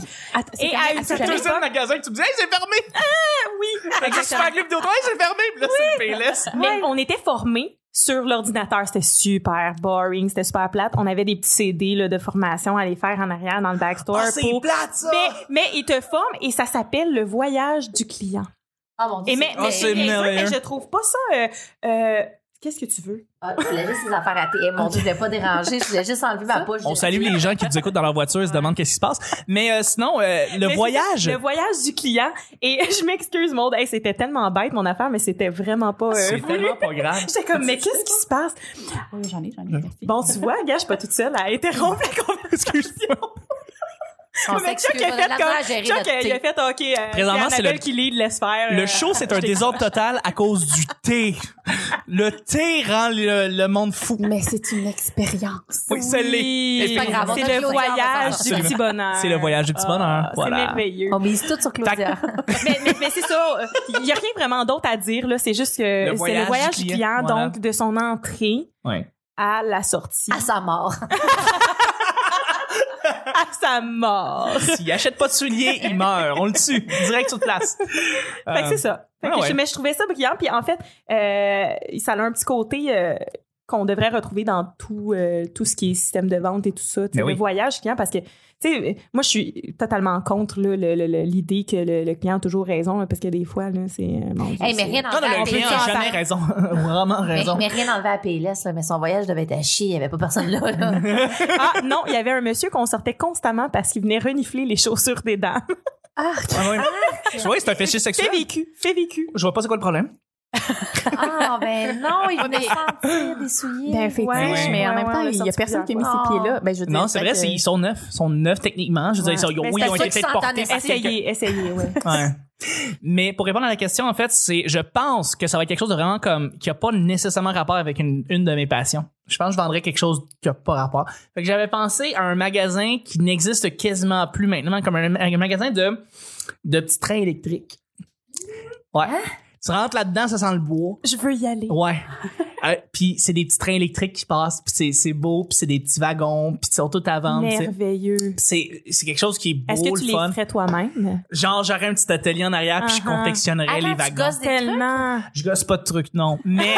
Speaker 4: c'est
Speaker 3: Et
Speaker 4: fermé.
Speaker 3: à une
Speaker 4: Attends,
Speaker 1: C'est
Speaker 3: certaine
Speaker 1: le
Speaker 3: époque,
Speaker 1: seul magasin que tu me disais, hey, c'est fermé!
Speaker 3: Ah, oui,
Speaker 1: Fait que je suis
Speaker 3: exactement.
Speaker 1: pas club d'autre, c'est fermé, puis là, c'est le PLS.
Speaker 3: Mais on était formés sur l'ordinateur, c'était super boring, c'était super plate. On avait des petits CD là, de formation à aller faire en arrière dans le backstore.
Speaker 1: Ah,
Speaker 3: pour-
Speaker 1: plate, ça!
Speaker 3: mais, mais ils te forment et ça s'appelle le voyage du client.
Speaker 2: Ah mon
Speaker 3: Et
Speaker 2: dieu.
Speaker 3: mais,
Speaker 1: Ah,
Speaker 3: mais,
Speaker 1: c'est
Speaker 3: mais-
Speaker 1: merveilleux.
Speaker 3: mais je trouve pas ça. euh, euh, Qu'est-ce que tu veux?
Speaker 2: Ah, je voulais juste les affaires à thé. Mon dieu, je voulais pas déranger. Je voulais juste enlever ma poche.
Speaker 1: On salue les gens qui nous écoutent dans leur voiture, ils se demandent qu'est-ce qui se passe. Mais euh, sinon, euh, le
Speaker 3: Mais
Speaker 1: voyage,
Speaker 3: Le voyage du client. Et je m'excuse, Maud. Hey, c'était tellement bête, mon affaire, mais c'était vraiment pas. euh,
Speaker 1: c'est tellement pas grave.
Speaker 3: J'étais comme, mais qu'est-ce qui se passe?
Speaker 4: Oui, j'en ai, j'en ai. merci.
Speaker 3: Bon, tu vois, gars, je suis pas toute seule à interrompre la conversation.
Speaker 2: On
Speaker 3: Mais
Speaker 2: s'excuse,
Speaker 3: Chuck
Speaker 2: on
Speaker 3: a
Speaker 2: a de
Speaker 3: fait
Speaker 2: la misère à
Speaker 3: comme.
Speaker 2: gérer
Speaker 3: Chuck,
Speaker 2: notre
Speaker 3: il
Speaker 2: thé.
Speaker 3: a fait, OK. euh,
Speaker 1: Présentement, c'est
Speaker 3: Annabelle
Speaker 1: le-
Speaker 3: qui lead, laisse faire. euh,
Speaker 1: Le show, c'est un désordre total à cause du thé. Le thé rend le, le monde fou.
Speaker 4: Mais c'est une expérience.
Speaker 1: Oui, c'est les...
Speaker 3: Oui,
Speaker 1: C'est pas
Speaker 2: grave, on a
Speaker 3: C'est le
Speaker 2: Claudia, on va
Speaker 3: voyage
Speaker 2: faire
Speaker 3: du
Speaker 1: ça.
Speaker 3: petit bonheur.
Speaker 1: C'est le voyage du petit bonheur,
Speaker 3: Ah,
Speaker 1: voilà.
Speaker 3: C'est merveilleux.
Speaker 2: On mise tout sur Claudia.
Speaker 3: mais mais, mais c'est ça. euh, Il n'y a rien vraiment d'autre à dire. là. C'est juste que c'est
Speaker 1: voyage
Speaker 3: le voyage
Speaker 1: du
Speaker 3: du
Speaker 1: client,
Speaker 3: client,
Speaker 1: voilà.
Speaker 3: donc de son entrée
Speaker 1: Ouais.
Speaker 3: à la sortie,
Speaker 2: À sa mort.
Speaker 3: à sa mort.
Speaker 1: S'il achète pas de souliers, il meurt. On le tue. Direct sur place.
Speaker 3: Fait que
Speaker 1: Euh,
Speaker 3: c'est ça. Fait que
Speaker 1: ouais, ouais.
Speaker 3: je, mais je trouvais ça brillant. Puis en fait, euh, ça a un petit côté euh, qu'on devrait retrouver dans tout, euh, tout ce qui est système de vente et tout ça. tu sais,
Speaker 1: Mais
Speaker 3: Le
Speaker 1: oui.
Speaker 3: voyage client, parce que, tu sais, moi, je suis totalement contre là, le- le- le- l'idée que le, le client a toujours raison, là, parce que des fois, là, c'est. euh, mon Dieu,
Speaker 2: Hey, mais
Speaker 3: c'est-
Speaker 2: rien
Speaker 1: Non, non,
Speaker 2: enlevé à
Speaker 1: le client
Speaker 2: PLS.
Speaker 1: a jamais raison. Vraiment
Speaker 2: Mais,
Speaker 1: raison.
Speaker 2: mais rien enlevé à PLS, là, mais son voyage devait être à chier. Il y avait pas personne là. là.
Speaker 3: Ah non, il y avait un monsieur qu'on sortait constamment parce qu'il venait renifler les chaussures des dames.
Speaker 1: Ah, ouais. Tu vois, c'est un péché sexuel.
Speaker 3: Fait vécu, fait vécu.
Speaker 1: Je vois pas c'est quoi le problème.
Speaker 2: Ah, ben non, il venait sentir des souliers.
Speaker 4: Ben, fétiche,
Speaker 1: Ouais,
Speaker 4: mais en
Speaker 3: ouais,
Speaker 4: même
Speaker 3: ouais,
Speaker 4: temps,
Speaker 3: on a
Speaker 4: il y a
Speaker 3: sorti
Speaker 4: personne qui a mis
Speaker 2: plusieurs
Speaker 4: ses
Speaker 2: fois.
Speaker 4: pieds là. Ben, je veux dire,
Speaker 1: Non, c'est
Speaker 4: fait
Speaker 1: vrai,
Speaker 4: que-
Speaker 1: c'est- ils sont neufs. Ils sont neufs techniquement. Je veux dire, ils sont-
Speaker 3: Mais
Speaker 1: oui,
Speaker 3: c'est
Speaker 1: ils ont
Speaker 2: ceux
Speaker 1: été
Speaker 2: qui
Speaker 1: faits
Speaker 2: sentent en
Speaker 1: porter. par
Speaker 2: essai.
Speaker 1: quelqu'un.
Speaker 3: Essayez, essayez, ouais.
Speaker 1: Ouais. Mais pour répondre à la question, en fait, c'est, je pense que ça va être quelque chose de vraiment comme, qui a pas nécessairement rapport avec une, une de mes passions. Je pense que je vendrais quelque chose qui a pas rapport. Fait que j'avais pensé à un magasin qui n'existe quasiment plus maintenant, comme un, un magasin de, de petits trains électriques. Ouais. Tu rentres là-dedans, ça sent le bois.
Speaker 3: Je veux y aller.
Speaker 1: Ouais. Euh, puis c'est des petits trains électriques qui passent, puis c'est, c'est beau, puis c'est des petits wagons, puis ils sont tout à vendre. tu sais.
Speaker 4: Ah,
Speaker 3: Merveilleux.
Speaker 1: C'est, c'est quelque chose qui est beau,
Speaker 3: Est-ce que
Speaker 1: Oh, le
Speaker 3: tu les
Speaker 1: fun.
Speaker 3: ferais toi-même?
Speaker 1: Genre, j'aurais un petit atelier en arrière, puis je
Speaker 3: Uh-huh.
Speaker 1: confectionnerais
Speaker 2: Attends,
Speaker 1: les
Speaker 2: Ah, tu
Speaker 1: wagons.
Speaker 2: gosses des trucs?
Speaker 3: Tellement.
Speaker 1: Je gosse pas de trucs, non. Mais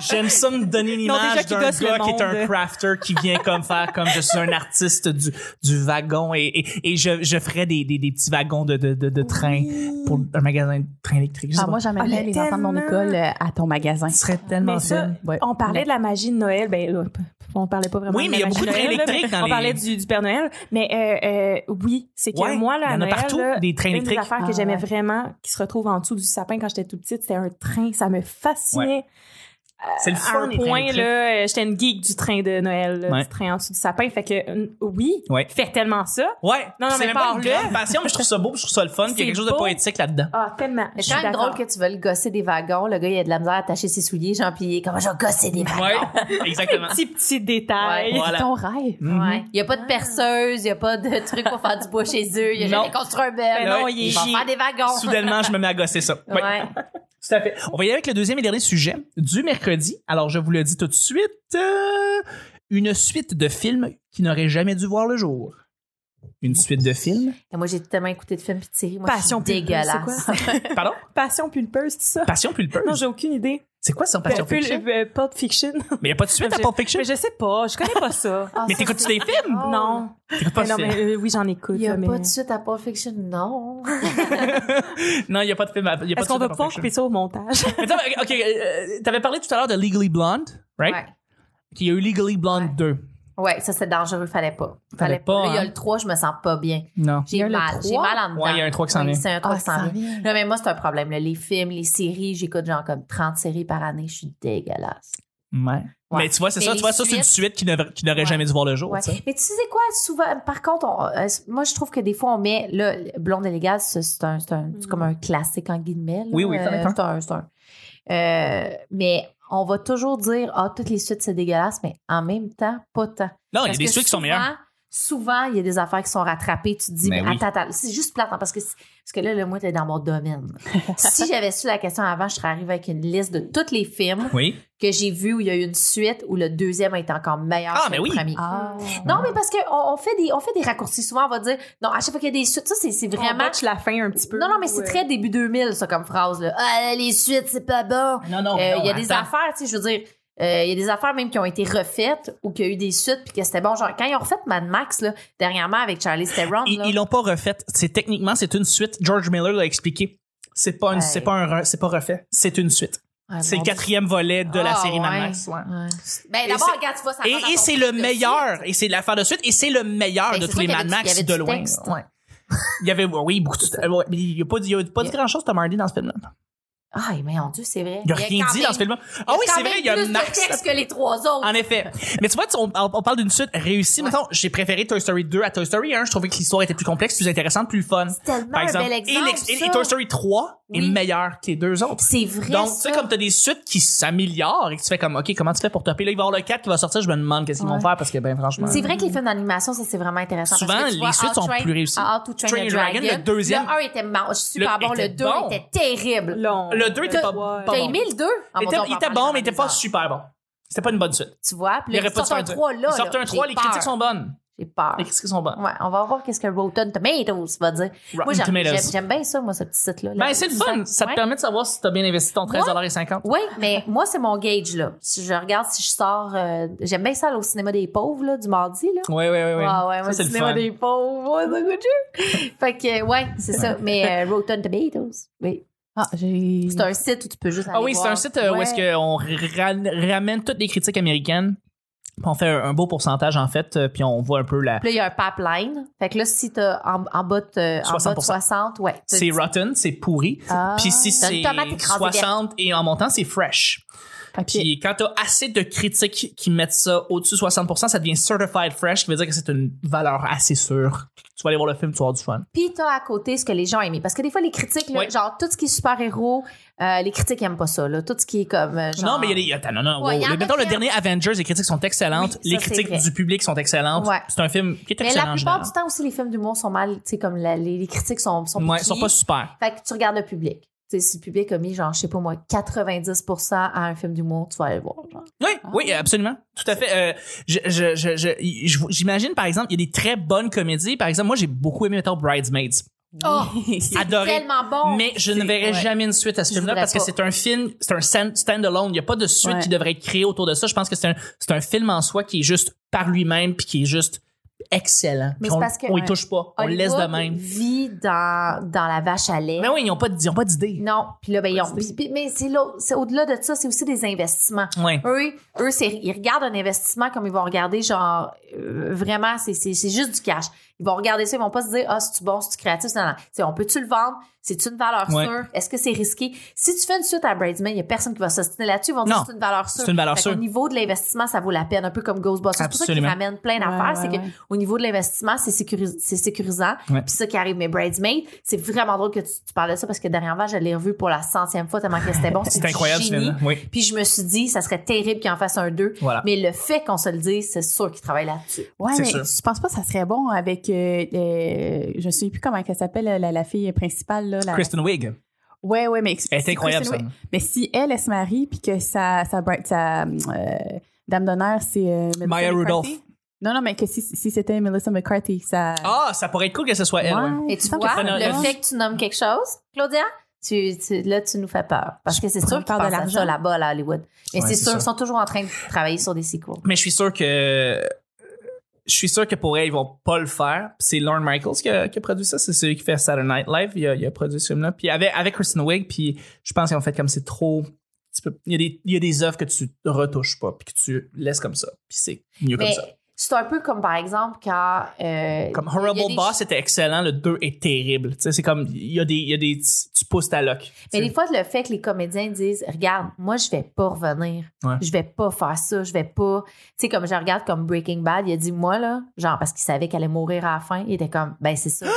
Speaker 1: j'aime ça me donner une
Speaker 3: Non, déjà
Speaker 1: image
Speaker 3: qu'il
Speaker 1: d'un
Speaker 3: gosse le
Speaker 1: gars qui est un
Speaker 3: monde.
Speaker 1: crafter qui vient comme faire comme je suis un artiste du, du wagon et, et, et je, je ferais des, des, des petits wagons de, de, de, de train pour un magasin de train électrique. Je sais
Speaker 4: Ah,
Speaker 1: pas.
Speaker 4: moi, j'amènerais
Speaker 3: Ah,
Speaker 4: les enfants de mon
Speaker 3: tellement.
Speaker 4: école euh, à ton magasin.
Speaker 1: Ce serait tellement
Speaker 3: Mais ça,
Speaker 1: fun.
Speaker 4: Ouais.
Speaker 3: On parlait de la magie de Noël. Ben, là, p- on parlait pas vraiment
Speaker 1: Oui,
Speaker 3: de
Speaker 1: mais il y a
Speaker 3: la magie
Speaker 1: beaucoup de trains
Speaker 3: Noël, là,
Speaker 1: électriques
Speaker 3: mais
Speaker 1: dans
Speaker 3: On
Speaker 1: les-
Speaker 3: parlait du, du Père Noël. Mais euh, euh, oui, c'est que
Speaker 1: Ouais,
Speaker 3: moi, là,
Speaker 1: il y
Speaker 3: à
Speaker 1: en a
Speaker 3: Noël,
Speaker 1: partout,
Speaker 3: là,
Speaker 1: des trains
Speaker 3: une des
Speaker 1: électriques.
Speaker 3: affaires
Speaker 4: Ah,
Speaker 3: que j'aimais
Speaker 4: ouais.
Speaker 3: vraiment, qui se retrouve en dessous du sapin quand j'étais toute petite, c'était un train. Ça me fascinait.
Speaker 1: C'est le
Speaker 3: À
Speaker 1: fun,
Speaker 3: un
Speaker 1: les trains
Speaker 3: point,
Speaker 1: électriques.
Speaker 3: là, euh, j'étais une geek du train de Noël, là,
Speaker 1: Ouais.
Speaker 3: du train en dessous du sapin. Fait que, euh, oui,
Speaker 1: Ouais.
Speaker 3: fais tellement ça.
Speaker 1: Ouais.
Speaker 3: Non, non,
Speaker 1: c'est
Speaker 3: mais
Speaker 1: même pas une
Speaker 3: parle-le.
Speaker 1: grande passion, mais je trouve ça beau, puis je trouve ça le fun, puis il y a
Speaker 3: C'est
Speaker 1: quelque chose de
Speaker 3: beau.
Speaker 1: poétique là-dedans.
Speaker 3: Ah, tellement.
Speaker 2: Mais c'est
Speaker 3: Je suis
Speaker 2: quand même
Speaker 3: d'accord.
Speaker 2: drôle que tu veux le gosser des wagons. Le gars, il a de la misère à attacher ses souliers. Jean Pierre, comment je vais gosser des wagons?
Speaker 1: Ouais, exactement.
Speaker 3: Petit, petit détail.
Speaker 1: Ouais. Voilà.
Speaker 4: C'est ton rêve.
Speaker 1: Mhm.
Speaker 2: Ouais. Il n'y a pas de perceuse, il n'y a pas de truc pour faire du bois chez eux, il n'y a
Speaker 1: Non.
Speaker 2: jamais construit un bel.
Speaker 3: Ben non, il est
Speaker 2: Ils vont
Speaker 3: gié.
Speaker 2: faire des wagons.
Speaker 1: Soudainement, je me mets à gosser ça. Ouais.
Speaker 2: Ouais.
Speaker 1: Tout à fait. On va y aller avec le deuxième et dernier sujet du mercredi. Alors, je vous le dis tout de suite, euh, une suite de films qui n'aurait jamais dû voir le jour. Une suite de films.
Speaker 2: Et moi, j'ai tellement écouté de films puis de séries. Moi,
Speaker 3: Passion
Speaker 2: je suis
Speaker 3: pulpeuse,
Speaker 2: dégueulasse.
Speaker 3: c'est quoi?
Speaker 1: Pardon?
Speaker 3: Passion pulpeuse, tout ça.
Speaker 1: Passion
Speaker 3: Non,
Speaker 1: pulpeuse.
Speaker 3: j'ai aucune idée.
Speaker 1: C'est quoi ça, Passion
Speaker 3: Pulp
Speaker 1: Fiction?
Speaker 3: euh, Pulp Fiction.
Speaker 1: Mais y a pas de suite à
Speaker 3: J'ai-
Speaker 1: Pulp Fiction?
Speaker 3: Mais je sais pas, je connais pas ça.
Speaker 2: Ah,
Speaker 1: Mais
Speaker 2: ça,
Speaker 1: t'écoutes-tu
Speaker 2: c'est
Speaker 1: des films?
Speaker 2: drôle.
Speaker 3: Non.
Speaker 1: T'écoutes
Speaker 3: Mais
Speaker 1: pas
Speaker 3: non,
Speaker 1: ça.
Speaker 3: mais euh, oui, j'en écoute.
Speaker 2: Oh. Il n'y a
Speaker 3: là, mais-
Speaker 2: pas de suite à Pulp Fiction, non.
Speaker 1: Non, il y a pas de film. à- y a pas de
Speaker 3: Est-ce qu'on
Speaker 1: suite à
Speaker 3: va
Speaker 1: Pulp
Speaker 3: pouvoir
Speaker 1: Fiction.
Speaker 3: couper ça au montage?
Speaker 1: Mais attends, mais, OK, euh, t'avais parlé tout à l'heure de Legally Blonde, right?
Speaker 2: Ouais.
Speaker 1: Qu'il y a eu Legally Blonde
Speaker 2: Ouais.
Speaker 1: 2.
Speaker 2: Ouais, ça c'est dangereux, fallait pas. Fallait,
Speaker 1: Fallait
Speaker 2: pas.
Speaker 1: pas,
Speaker 2: Là, il y a
Speaker 1: hein.
Speaker 2: le 3, je me sens pas bien.
Speaker 1: Non.
Speaker 2: J'ai
Speaker 4: y a le
Speaker 2: mal, j'ai
Speaker 4: 3?
Speaker 2: mal en dedans. Ah,
Speaker 1: Ouais, il y a un 3 qui s'en
Speaker 2: Oui,
Speaker 1: vient.
Speaker 2: C'est un 3 qui s'en vient.
Speaker 4: Ah, vient.
Speaker 2: Non, mais moi, c'est un problème. là. Les films, les séries, j'écoute genre comme 30 séries par année, je suis dégueulasse.
Speaker 1: Ouais.
Speaker 2: Ouais.
Speaker 1: Mais tu vois, c'est
Speaker 2: Mais
Speaker 1: ça, tu
Speaker 2: les
Speaker 1: vois, ça, c'est une suite
Speaker 2: suites-
Speaker 1: qui n'aurait qui n'aurait
Speaker 2: Ouais.
Speaker 1: jamais dû voir le jour,
Speaker 2: Ouais.
Speaker 1: tu sais.
Speaker 2: Mais tu sais quoi, souvent, par contre, on- euh, moi, je trouve que des fois, on met, là, Blonde et Légale, c'est c'est un, c'est un- c'est comme un classique, en guillemets. là.
Speaker 1: Oui, oui,
Speaker 2: Euh,
Speaker 1: ça dépend.
Speaker 2: c'est un- c'est un- Euh, mais on va toujours dire, ah, toutes les suites, c'est dégueulasse, mais en même temps, pas tant.
Speaker 1: Non, il y a
Speaker 2: Parce
Speaker 1: des
Speaker 2: que
Speaker 1: suites qui sont
Speaker 2: souvent-
Speaker 1: meilleures.
Speaker 2: Souvent, il y a des affaires qui sont rattrapées. Tu te dis,
Speaker 1: Ben
Speaker 2: mais
Speaker 1: oui.
Speaker 2: attends, attends, c'est juste plate, hein, parce, que, c'est- parce que là, le moi, t'es dans mon domaine. si j'avais su la question avant, je serais arrivée avec une liste de tous les films
Speaker 1: Oui.
Speaker 2: que j'ai vus où il y a eu une suite où le deuxième est encore meilleur
Speaker 1: Ah,
Speaker 2: que
Speaker 1: mais
Speaker 2: le
Speaker 1: oui.
Speaker 2: premier.
Speaker 4: Ah.
Speaker 2: Non, mais parce qu'on on fait, des- on fait des raccourcis. Souvent, on va dire, non, à chaque fois qu'il y a des suites, ça, c'est c'est
Speaker 3: On
Speaker 2: vraiment.
Speaker 3: botche la fin un petit peu.
Speaker 2: Non, non, mais c'est
Speaker 3: Ouais.
Speaker 2: très début 2000, ça, comme phrase. Là. Ah, les suites, c'est pas bon.
Speaker 1: Non, Oh, non,
Speaker 2: Euh, Il y a des affaires, tu sais, je veux dire, euh, il y a des affaires même qui ont été refaites ou qu'il y a eu des suites puis que c'était bon. Genre, quand ils ont refait Mad Max, là, dernièrement avec Charlie Theron,
Speaker 1: Ils
Speaker 2: là,
Speaker 1: ils l'ont pas refaite. C'est techniquement, c'est une suite. George Miller l'a expliqué. C'est pas une,
Speaker 2: Ouais.
Speaker 1: c'est pas un, re- c'est pas refait. C'est une suite.
Speaker 2: Ah,
Speaker 1: C'est
Speaker 2: mon
Speaker 1: le
Speaker 2: Dieu.
Speaker 1: quatrième volet de la
Speaker 2: Ah,
Speaker 1: série Mad
Speaker 2: ouais.
Speaker 1: Max. ouais.
Speaker 2: Ouais. Ben,
Speaker 1: Et
Speaker 2: d'abord,
Speaker 1: c'est-
Speaker 2: regarde, tu vois, ça rentre
Speaker 1: Et,
Speaker 2: dans
Speaker 1: et
Speaker 2: ton
Speaker 1: c'est
Speaker 2: truc
Speaker 1: le
Speaker 2: de suite.
Speaker 1: meilleur, et c'est l'affaire de suite, et c'est le meilleur
Speaker 2: Ben,
Speaker 1: de
Speaker 2: c'est
Speaker 1: tous
Speaker 2: sûr
Speaker 1: les
Speaker 2: qu'il y
Speaker 1: Mad
Speaker 2: avait du- il y
Speaker 1: Max
Speaker 2: avait
Speaker 1: de
Speaker 2: du
Speaker 1: loin.
Speaker 2: texte.
Speaker 1: Ouais. Il y avait, oui, beaucoup de, euh, ouais, mais il n'y a pas, il y a pas
Speaker 2: Il y
Speaker 1: de grand chose de Marty dans ce film-là.
Speaker 2: Ah, mais mon Dieu, c'est vrai.
Speaker 1: Il n'y a rien
Speaker 2: quand
Speaker 1: dit
Speaker 2: même-
Speaker 1: dans ce film-là. Ah oui,
Speaker 2: quand
Speaker 1: c'est vrai,
Speaker 2: même
Speaker 1: il y a Ah
Speaker 2: plus de
Speaker 1: Max.
Speaker 2: texte que les trois autres.
Speaker 1: En effet. Mais tu vois, tu- on, on parle d'une suite réussie. Mettons, j'ai préféré Toy Story 2 à Toy Story 1. Je trouvais que l'histoire était plus complexe, plus intéressante, plus fun.
Speaker 2: C'est tellement
Speaker 1: Par exemple.
Speaker 2: un bel
Speaker 1: et,
Speaker 2: exemple.
Speaker 1: l'ex- et-
Speaker 2: ça.
Speaker 1: et Toy Story 3
Speaker 2: Oui.
Speaker 1: est meilleur que les deux autres.
Speaker 2: C'est vrai.
Speaker 1: Donc, tu
Speaker 2: ça.
Speaker 1: sais, comme t'as des suites qui s'améliorent et que tu fais comme, OK, comment tu fais pour topper? Là, il va y avoir le 4 qui va sortir, je me demande qu'est-ce qu'ils vont
Speaker 2: Ouais.
Speaker 1: faire parce que, ben, franchement.
Speaker 2: C'est vrai que les films d'animation, ça, c'est vraiment intéressant.
Speaker 1: Souvent,
Speaker 2: parce que tu
Speaker 1: les
Speaker 2: vois,
Speaker 1: suites
Speaker 2: How
Speaker 1: sont
Speaker 2: Train-
Speaker 1: plus réussies.
Speaker 2: Ah, How to Train,
Speaker 1: Train
Speaker 2: a
Speaker 1: your Dragon,
Speaker 2: Dragon,
Speaker 1: le deuxième-
Speaker 2: Le 1 était ma- super
Speaker 1: Le-
Speaker 2: bon, le
Speaker 1: était
Speaker 2: 2
Speaker 1: bon.
Speaker 2: était terrible.
Speaker 3: Long.
Speaker 1: Le deux était pas-
Speaker 3: Ouais.
Speaker 1: pas
Speaker 2: T'as
Speaker 1: bon.
Speaker 2: aimé le Ah,
Speaker 1: Il
Speaker 2: 2?
Speaker 1: était, il était bon, mais il était pas super bon. C'était pas une bonne suite.
Speaker 2: Tu vois, puis
Speaker 1: Il
Speaker 2: là,
Speaker 1: aurait
Speaker 2: ils
Speaker 1: pas dû
Speaker 2: sortent
Speaker 1: faire
Speaker 2: un
Speaker 1: dire.
Speaker 2: 3 là.
Speaker 1: Ils sortent
Speaker 2: là.
Speaker 1: un 3,
Speaker 2: J'ai
Speaker 1: les
Speaker 2: peur. Ah.
Speaker 1: critiques sont bonnes.
Speaker 2: J'ai peur.
Speaker 1: Les critiques sont bonnes.
Speaker 2: Ouais, on va voir qu'est-ce que Rotten Tomatoes va dire. Moi,
Speaker 1: Rotten
Speaker 2: j'aime-
Speaker 1: Tomatoes.
Speaker 2: j'aime j'aime bien ça, moi, ce petit site-là.
Speaker 1: Ben, c'est le fun. Ça te
Speaker 2: Ouais.
Speaker 1: permet de savoir si t'as bien investi ton 13,50$.
Speaker 2: Oui, mais moi, c'est mon gauge, là. Si je regarde si je sors. euh, J'aime bien ça aller au cinéma des pauvres, là, du mardi, là.
Speaker 1: Oui, oui, oui.
Speaker 2: Ah ouais, moi,
Speaker 1: Ça, c'est le
Speaker 2: cinéma
Speaker 1: fun.
Speaker 2: des pauvres, ouais, ça coûte cher. fait que, ouais, c'est ça. Mais euh, Rotten Tomatoes, oui.
Speaker 4: Ah, j'ai.
Speaker 2: C'est un site où tu peux juste aller
Speaker 1: Ah oui, c'est un
Speaker 2: voir.
Speaker 1: site euh, où
Speaker 4: Ouais.
Speaker 1: est-ce qu'on ra- ramène toutes les critiques américaines. puis on fait un, un beau pourcentage, en fait, euh, puis on voit un peu la...
Speaker 2: Puis là, il y a un pipeline. Fait que là, si t'as en, en bas de, euh, en bas de
Speaker 1: 60%.
Speaker 2: 60, ouais. t'as-
Speaker 1: C'est rotten, c'est pourri.
Speaker 4: Ah.
Speaker 1: Puis si
Speaker 2: t'as
Speaker 1: c'est
Speaker 2: une tomate écrasée
Speaker 1: 60 et en montant, c'est fresh.
Speaker 4: Ok.
Speaker 1: Puis quand t'as assez de critiques qui mettent ça au-dessus de 60%, ça devient certified fresh, qui veut dire que c'est une valeur assez sûre. Tu vas aller voir le film, tu vas avoir du fun.
Speaker 2: Puis t'as à côté ce que les gens aiment. Parce que des fois, les critiques, là,
Speaker 1: Ouais.
Speaker 2: genre tout ce qui est super-héros, euh, les critiques aiment pas ça. Là. Tout ce qui est comme. euh, genre...
Speaker 1: Non, mais il y a des. Attends, non, non,
Speaker 2: Ouais,
Speaker 1: wow.
Speaker 2: il y en
Speaker 1: Le-
Speaker 2: a
Speaker 1: Mettons le
Speaker 2: qui-
Speaker 1: dernier Avengers, les critiques sont excellentes. les
Speaker 2: Oui, ça, c'est
Speaker 1: critiques
Speaker 2: vrai.
Speaker 1: du public sont excellentes.
Speaker 2: Ouais.
Speaker 1: C'est un film qui est
Speaker 2: Mais la
Speaker 1: excellent. en
Speaker 2: plupart
Speaker 1: général.
Speaker 2: du temps aussi, les films d'humour sont mal. Tu sais, comme la- les, les critiques sont. sont
Speaker 1: Ouais, ils sont
Speaker 2: piquées.
Speaker 1: pas super.
Speaker 2: Fait que tu regardes le public. Tu sais, si le public a mis, genre, je sais pas moi, 90% à un film d'humour, tu vas aller le voir. genre.
Speaker 1: Oui, oui, absolument. Tout à fait. Euh, je- je- je- je- je- J'imagine, par exemple, il y a des très bonnes comédies. Par exemple, moi, j'ai beaucoup aimé, mettons, Bridesmaids. Oh! Adoré.
Speaker 2: Tellement bon.
Speaker 1: Mais je ne
Speaker 4: C'est-
Speaker 1: verrai
Speaker 4: ouais.
Speaker 1: jamais une suite à ce
Speaker 2: Je
Speaker 1: film-là
Speaker 2: voudrais
Speaker 1: parce que
Speaker 2: pas.
Speaker 1: c'est un film, c'est un stand- stand-alone. Il n'y a pas de suite
Speaker 4: Ouais.
Speaker 1: qui devrait être créée autour de ça. Je pense que c'est un, c'est un film en soi qui est juste par lui-même puis qui est juste excellent.
Speaker 2: Mais
Speaker 1: Puis
Speaker 2: c'est
Speaker 1: on,
Speaker 2: parce que-
Speaker 1: on y
Speaker 2: ouais.
Speaker 1: touche pas. On le laisse de
Speaker 2: Hollywood
Speaker 1: même.
Speaker 2: vit dans, dans la vache à lait.
Speaker 1: Mais oui, ils n'ont pas, d- ils ont pas d'idée.
Speaker 2: Non, puis là, ben, ils ont- puis- puis- mais c'est l'autre- c'est au-delà de ça, c'est aussi des investissements.
Speaker 1: Ouais.
Speaker 2: Eux, eux c'est- ils regardent un investissement comme ils vont regarder, genre, euh, vraiment, c'est c'est- c'est juste du cash. Ils vont regarder ça, ils vont pas se dire, ah, c'est-tu bon, c'est-tu créatif, non, non. C'est, on peut-tu le vendre? C'est-tu une valeur
Speaker 1: Ouais.
Speaker 2: sûre? Est-ce que c'est risqué? Si tu fais une suite à Bridesmaid, il y a personne qui va s'ostiner là-dessus. Ils vont
Speaker 1: Non,
Speaker 2: dire, c'est une valeur sûre.
Speaker 1: C'est une valeur
Speaker 2: Fait qu'au
Speaker 1: sûre.
Speaker 2: niveau de l'investissement, ça vaut la peine, un peu comme Ghostbusters. C'est pour ça qu'ils
Speaker 1: Absolument.
Speaker 2: ramènent plein d'affaires. c'est que au niveau de l'investissement, c'est sécuris- c'est sécurisant.
Speaker 1: Ouais.
Speaker 2: Puis ça qui arrive, mais Bridesmaid, c'est vraiment drôle que tu, tu parles de ça parce que dernièrement, je l'ai revu pour la centième fois tellement que c'était bon.
Speaker 1: C'est
Speaker 2: du
Speaker 1: incroyable, ce
Speaker 2: génie.
Speaker 1: film-là. Oui.
Speaker 2: Puis je me suis dit, ça serait terrible qu'il en fasse un deux.
Speaker 1: Voilà.
Speaker 2: Mais le fait qu'on se le dise, c'est sûr qu'il travaille là-dessus.
Speaker 4: Ouais,
Speaker 1: C'est
Speaker 4: mais
Speaker 1: sûr.
Speaker 4: je pense pas que ça serait bon avec. euh, euh, je sais plus comment elle s'appelle, la, la fille principale. Là, la-
Speaker 1: Kristen Wiig.
Speaker 4: Ouais, ouais, mais.
Speaker 1: Elle est incroyable, ça.
Speaker 4: Kristen Wiig. Mais si elle, elle se marie, puis que sa, sa, bri- sa, euh, dame d'honneur, c'est. euh, Melissa
Speaker 1: Maya
Speaker 4: McCarthy.
Speaker 1: Rudolph.
Speaker 4: Non, non, mais que si, si c'était Melissa McCarthy, ça.
Speaker 1: Ah, ça pourrait être cool que ce soit elle. ouais.
Speaker 2: Et tu
Speaker 4: ça me
Speaker 2: vois,
Speaker 1: fait-
Speaker 2: le fait que tu nommes quelque chose, Claudia, tu, tu- là, tu nous fais peur. Parce que c'est sûr
Speaker 4: prends
Speaker 2: qu'ils
Speaker 4: peur de
Speaker 2: pensent à
Speaker 4: l'argent.
Speaker 2: ça là-bas, là, à Hollywood. Mais
Speaker 1: Ouais,
Speaker 2: c'est
Speaker 1: c'est
Speaker 2: sûr,
Speaker 1: ça.
Speaker 2: ils sont toujours en train de travailler sur des sequels.
Speaker 1: Mais je suis sûr que. Je suis sûr que pour elle, ils vont pas le faire. Puis C'est Lorne Michaels qui a, qui a produit ça. C'est celui qui fait Saturday Night Live. Il a, il a produit ce film-là. Puis avec, avec Kristen Wiig, puis je pense qu'en fait, comme c'est trop. tu peux- il, y a des, il y a des œuvres que tu retouches pas, puis que tu laisses comme ça. Puis c'est mieux
Speaker 2: Mais
Speaker 1: comme ça.
Speaker 2: c'est un peu comme, par exemple, quand... euh,
Speaker 1: Comme
Speaker 2: il y a
Speaker 1: Horrible
Speaker 2: des-
Speaker 1: Boss était excellent, le 2 est terrible. Tu sais, c'est comme. Il y a des. il y a des tu, tu pousses ta loc.
Speaker 2: Mais
Speaker 1: Tu-
Speaker 2: des fois, le fait que les comédiens disent Regarde, moi, je vais pas revenir.
Speaker 1: Ouais.
Speaker 2: Je vais pas faire ça. Je vais pas. Tu sais, comme je regarde comme Breaking Bad, il a dit Moi, là, genre, parce qu'il savait qu'elle allait mourir à la fin, il était comme Ben, c'est ça, je